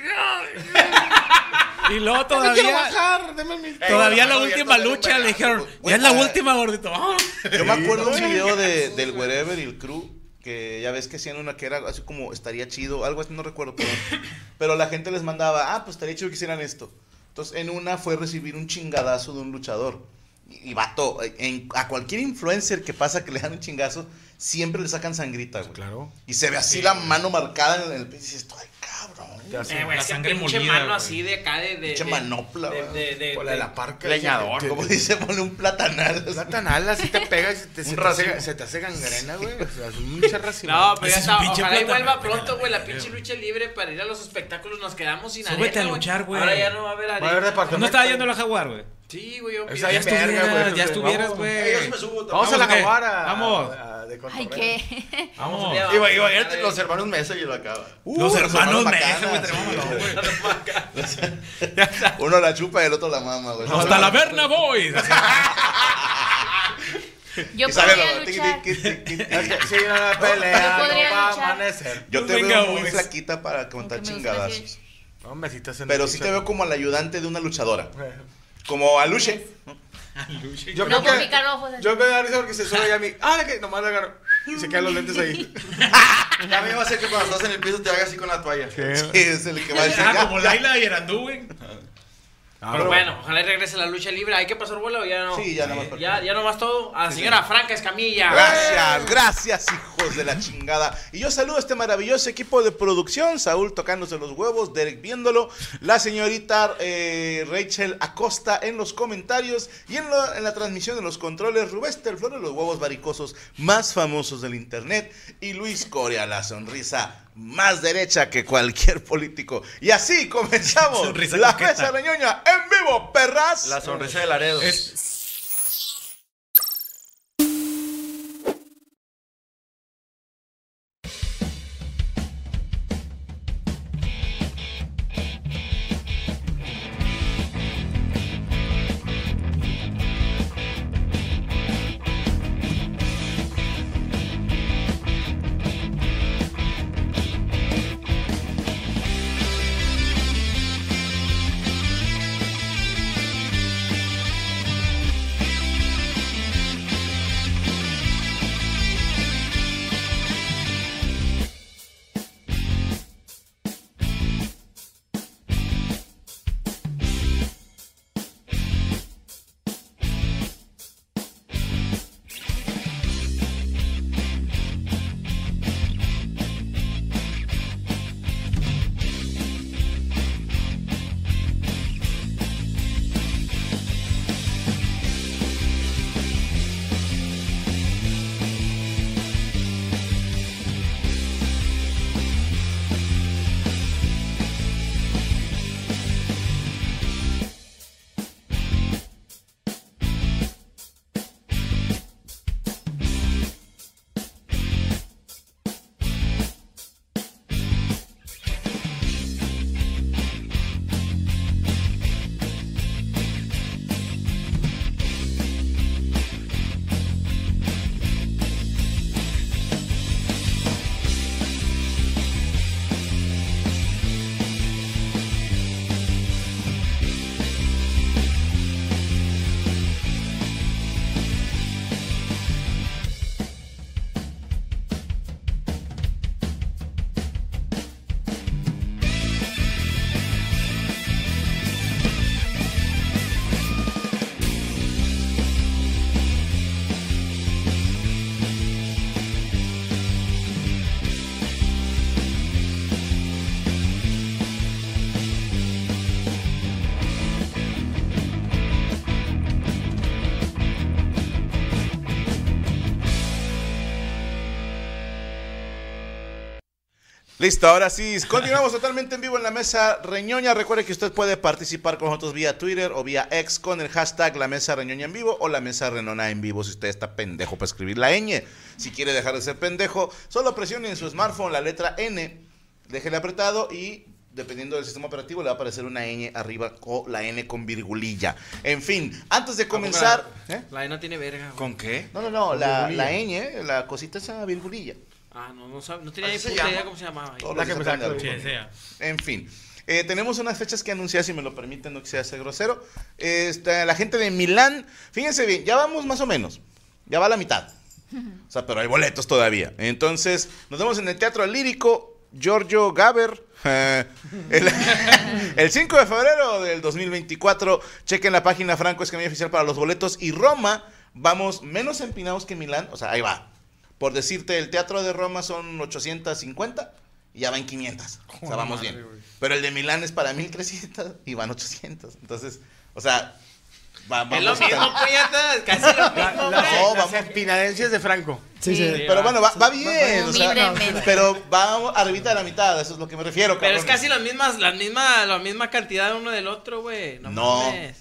[SPEAKER 3] Y luego
[SPEAKER 7] No quiero
[SPEAKER 3] todavía.
[SPEAKER 7] bajar, deme mi.
[SPEAKER 3] Todavía
[SPEAKER 1] Ey,
[SPEAKER 3] la
[SPEAKER 1] no,
[SPEAKER 3] última
[SPEAKER 1] no, no,
[SPEAKER 3] lucha
[SPEAKER 1] no,
[SPEAKER 3] le dijeron,
[SPEAKER 1] güey,
[SPEAKER 3] ya es la
[SPEAKER 1] güey,
[SPEAKER 3] última, gordito. vamos".
[SPEAKER 1] Yo me acuerdo un video de, del Wherever y el crew que ya ves que hacían una que era así como estaría chido, algo así, no recuerdo, pero, pero la gente les mandaba, ah, pues estaría chido que hicieran esto. Entonces, en una fue recibir un chingadazo de un luchador. Y, y vato, en- a cualquier influencer que pasa que le dan un chingazo, siempre le sacan sangrita, güey.
[SPEAKER 7] Claro.
[SPEAKER 1] Y se ve así la mano marcada en el piso y dices, ay, cabrón.
[SPEAKER 6] Eh, güey,
[SPEAKER 3] La
[SPEAKER 6] esa
[SPEAKER 3] sangre
[SPEAKER 6] pinche
[SPEAKER 3] molida,
[SPEAKER 6] mano
[SPEAKER 3] güey.
[SPEAKER 6] así de acá de. de
[SPEAKER 1] Pinche
[SPEAKER 6] Eh, de-
[SPEAKER 1] manopla,
[SPEAKER 6] de,
[SPEAKER 1] güey.
[SPEAKER 6] de, de-
[SPEAKER 7] Con la de la parca.
[SPEAKER 8] Leñador,
[SPEAKER 7] que-
[SPEAKER 1] Como <laughs>
[SPEAKER 7] que-
[SPEAKER 1] dice, pone un platanal.
[SPEAKER 7] Platanal, así te pega y se te, se te hace, se te hace gangrena, güey. O sea, es
[SPEAKER 3] <laughs>
[SPEAKER 7] mucha racina.
[SPEAKER 6] No, pero
[SPEAKER 3] Ese
[SPEAKER 6] ya
[SPEAKER 3] es
[SPEAKER 6] está.
[SPEAKER 3] un pinche
[SPEAKER 6] Ojalá y
[SPEAKER 3] plátano,
[SPEAKER 6] vuelva
[SPEAKER 3] güey,
[SPEAKER 6] pronto,
[SPEAKER 3] la
[SPEAKER 6] güey, la
[SPEAKER 3] verga,
[SPEAKER 6] pinche
[SPEAKER 3] güey.
[SPEAKER 6] lucha libre para ir a los espectáculos. Nos quedamos sin arena.
[SPEAKER 3] Súbete a luchar, güey.
[SPEAKER 6] Ahora ya no va a haber
[SPEAKER 7] Va a haber
[SPEAKER 6] arena.
[SPEAKER 7] departamento.
[SPEAKER 3] No estaba yendo a la jaguar, güey.
[SPEAKER 6] Sí, güey, yo
[SPEAKER 7] Esa
[SPEAKER 6] pienso-
[SPEAKER 7] Pues ya
[SPEAKER 3] Ya
[SPEAKER 7] es verga,
[SPEAKER 3] estuvieras,
[SPEAKER 7] güey.
[SPEAKER 3] ya estuvieras,
[SPEAKER 7] Vamos.
[SPEAKER 3] güey.
[SPEAKER 8] Eh, yo sí me subo.
[SPEAKER 7] Vamos, a la
[SPEAKER 3] ¿a qué?
[SPEAKER 7] jaguara.
[SPEAKER 3] Vamos.
[SPEAKER 7] a- a- de
[SPEAKER 5] Ay,
[SPEAKER 7] cotorreo.
[SPEAKER 5] ¿qué?
[SPEAKER 3] Vamos.
[SPEAKER 6] Ya,
[SPEAKER 8] Iba,
[SPEAKER 6] vamos
[SPEAKER 8] iba,
[SPEAKER 6] a
[SPEAKER 8] era
[SPEAKER 6] ganar,
[SPEAKER 8] los
[SPEAKER 6] eh.
[SPEAKER 8] hermanos Mesa y lo acaba.
[SPEAKER 3] Los hermanos me
[SPEAKER 1] Macanas,
[SPEAKER 3] güey,
[SPEAKER 1] sí, güey.
[SPEAKER 3] tenemos güey.
[SPEAKER 8] <laughs>
[SPEAKER 1] Uno la chupa y el otro la mama, güey.
[SPEAKER 3] Hasta la verna voy.
[SPEAKER 5] Yo
[SPEAKER 1] Y sale
[SPEAKER 5] podría
[SPEAKER 1] la-
[SPEAKER 5] luchar.
[SPEAKER 1] tiqui, tiqui, tiqui, tiqui.
[SPEAKER 7] Es que si no la pelea,
[SPEAKER 5] Yo podría
[SPEAKER 7] no va a
[SPEAKER 5] luchar.
[SPEAKER 7] amanecer.
[SPEAKER 1] Yo te
[SPEAKER 3] Pues venga,
[SPEAKER 1] veo muy
[SPEAKER 3] pues.
[SPEAKER 1] flaquita para
[SPEAKER 5] Como que
[SPEAKER 1] contar
[SPEAKER 5] me gusta
[SPEAKER 1] chingadas.
[SPEAKER 5] decir-
[SPEAKER 7] No, me citas en el
[SPEAKER 1] Pero sí
[SPEAKER 7] piso.
[SPEAKER 1] te veo como el ayudante de una luchadora. Como Aluche.
[SPEAKER 7] <laughs>
[SPEAKER 5] No,
[SPEAKER 7] Yo creo
[SPEAKER 5] por
[SPEAKER 7] que.
[SPEAKER 5] picar ojos.
[SPEAKER 7] Yo me da risa porque se sube ya a mí. Ah, que nomás le agarro. Y se quedan los lentes
[SPEAKER 5] <laughs>
[SPEAKER 7] ahí.
[SPEAKER 8] Ya me iba a hacer que cuando estás en el piso te hagas así con la toalla.
[SPEAKER 1] Sí, es el que va a decir.
[SPEAKER 3] Ah,
[SPEAKER 1] "Ya,
[SPEAKER 3] como Laila y Erandú, güey.
[SPEAKER 7] Ah,
[SPEAKER 6] Pero bueno, ojalá y regrese la lucha libre. ¿Hay que pasar bola o ya no?
[SPEAKER 1] Sí, ya nada más.
[SPEAKER 6] Ya, ya nomás todo. A la señora Franca Escamilla. Ah,
[SPEAKER 1] Gracias, gracias, hijos de la chingada. Y yo saludo a este maravilloso equipo de producción: Saúl tocándose los huevos, Derek viéndolo, la señorita eh, Rachel Acosta en los comentarios y en, la- en la transmisión de los controles, Rubester Flor de los huevos varicosos más famosos del internet y Luis Coria, la sonrisa más derecha que cualquier político. Y así comenzamos
[SPEAKER 3] <laughs> Sonrisa
[SPEAKER 1] la
[SPEAKER 3] coqueta.
[SPEAKER 1] mesa de ñoña en vivo, perras.
[SPEAKER 8] La sonrisa de Laredo.
[SPEAKER 3] Es-
[SPEAKER 1] Listo, ahora sí, continuamos totalmente en vivo en la mesa Reñoña. Recuerde que usted puede participar con nosotros vía Twitter o vía X con el hashtag La Mesa Reñoña en vivo o La Mesa Renona en vivo si usted está pendejo para escribir la ñ. Si quiere dejar de ser pendejo, solo presione en su smartphone la letra N, déjele apretado y dependiendo del sistema operativo le va a aparecer una ñ arriba o la N con virgulilla. En fin, antes de comenzar... ¿Eh?
[SPEAKER 6] La E no tiene verga. güey.
[SPEAKER 1] ¿Con qué? No, no, no, la,
[SPEAKER 6] Virgulilla.
[SPEAKER 1] la ñ, la cosita esa virgulilla.
[SPEAKER 6] Ah, no, no, sab- no tenía ni
[SPEAKER 1] ¿Así se
[SPEAKER 6] puta idea
[SPEAKER 1] llama?
[SPEAKER 6] cómo se llamaba.
[SPEAKER 1] Todos
[SPEAKER 6] La
[SPEAKER 1] los
[SPEAKER 6] que
[SPEAKER 1] días
[SPEAKER 6] empezaba
[SPEAKER 1] aprende
[SPEAKER 6] con-
[SPEAKER 1] algo. En fin. eh, tenemos unas fechas que anunciar, si me lo permiten, no quisiera ser grosero. Este, la gente de Milán, fíjense bien, ya vamos más o menos. Ya va a la mitad. O sea, pero hay boletos todavía. Entonces, nos vemos en el Teatro Lírico, Giorgio Gaber. <laughs> eh, el, <laughs> el 5 de febrero del 2024. Chequen la página Franco Escamilla Oficial para los boletos. Y Roma, vamos menos empinados que Milán. O sea, ahí va. Por decirte, el Teatro de Roma son 850 y ya van 500. O sea, vamos
[SPEAKER 7] Oh, Madre,
[SPEAKER 1] bien.
[SPEAKER 7] güey.
[SPEAKER 1] Pero el de Milán es para 1300 y van 800. Entonces, o sea, va-
[SPEAKER 6] Es lo
[SPEAKER 1] vamos
[SPEAKER 6] mismo, pues,
[SPEAKER 1] tan-
[SPEAKER 6] puñetas, casi
[SPEAKER 1] <laughs>
[SPEAKER 6] lo mismo. güey.
[SPEAKER 1] No, vamos-
[SPEAKER 7] Las espinadencias de Franco.
[SPEAKER 6] Sí, sí. Sí,
[SPEAKER 1] Pero
[SPEAKER 6] va.
[SPEAKER 1] bueno, va, va bien. o sea,
[SPEAKER 6] Libremente.
[SPEAKER 1] pero va arribita de la mitad, eso es lo que me refiero.
[SPEAKER 6] Pero es
[SPEAKER 1] cabrones.
[SPEAKER 6] casi las mismas, la misma, la misma cantidad de uno del otro, güey. No,
[SPEAKER 1] No.
[SPEAKER 6] mames.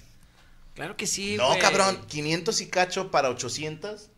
[SPEAKER 6] Claro que sí,
[SPEAKER 1] No,
[SPEAKER 6] güey.
[SPEAKER 1] cabrón, 500 y cacho para 800.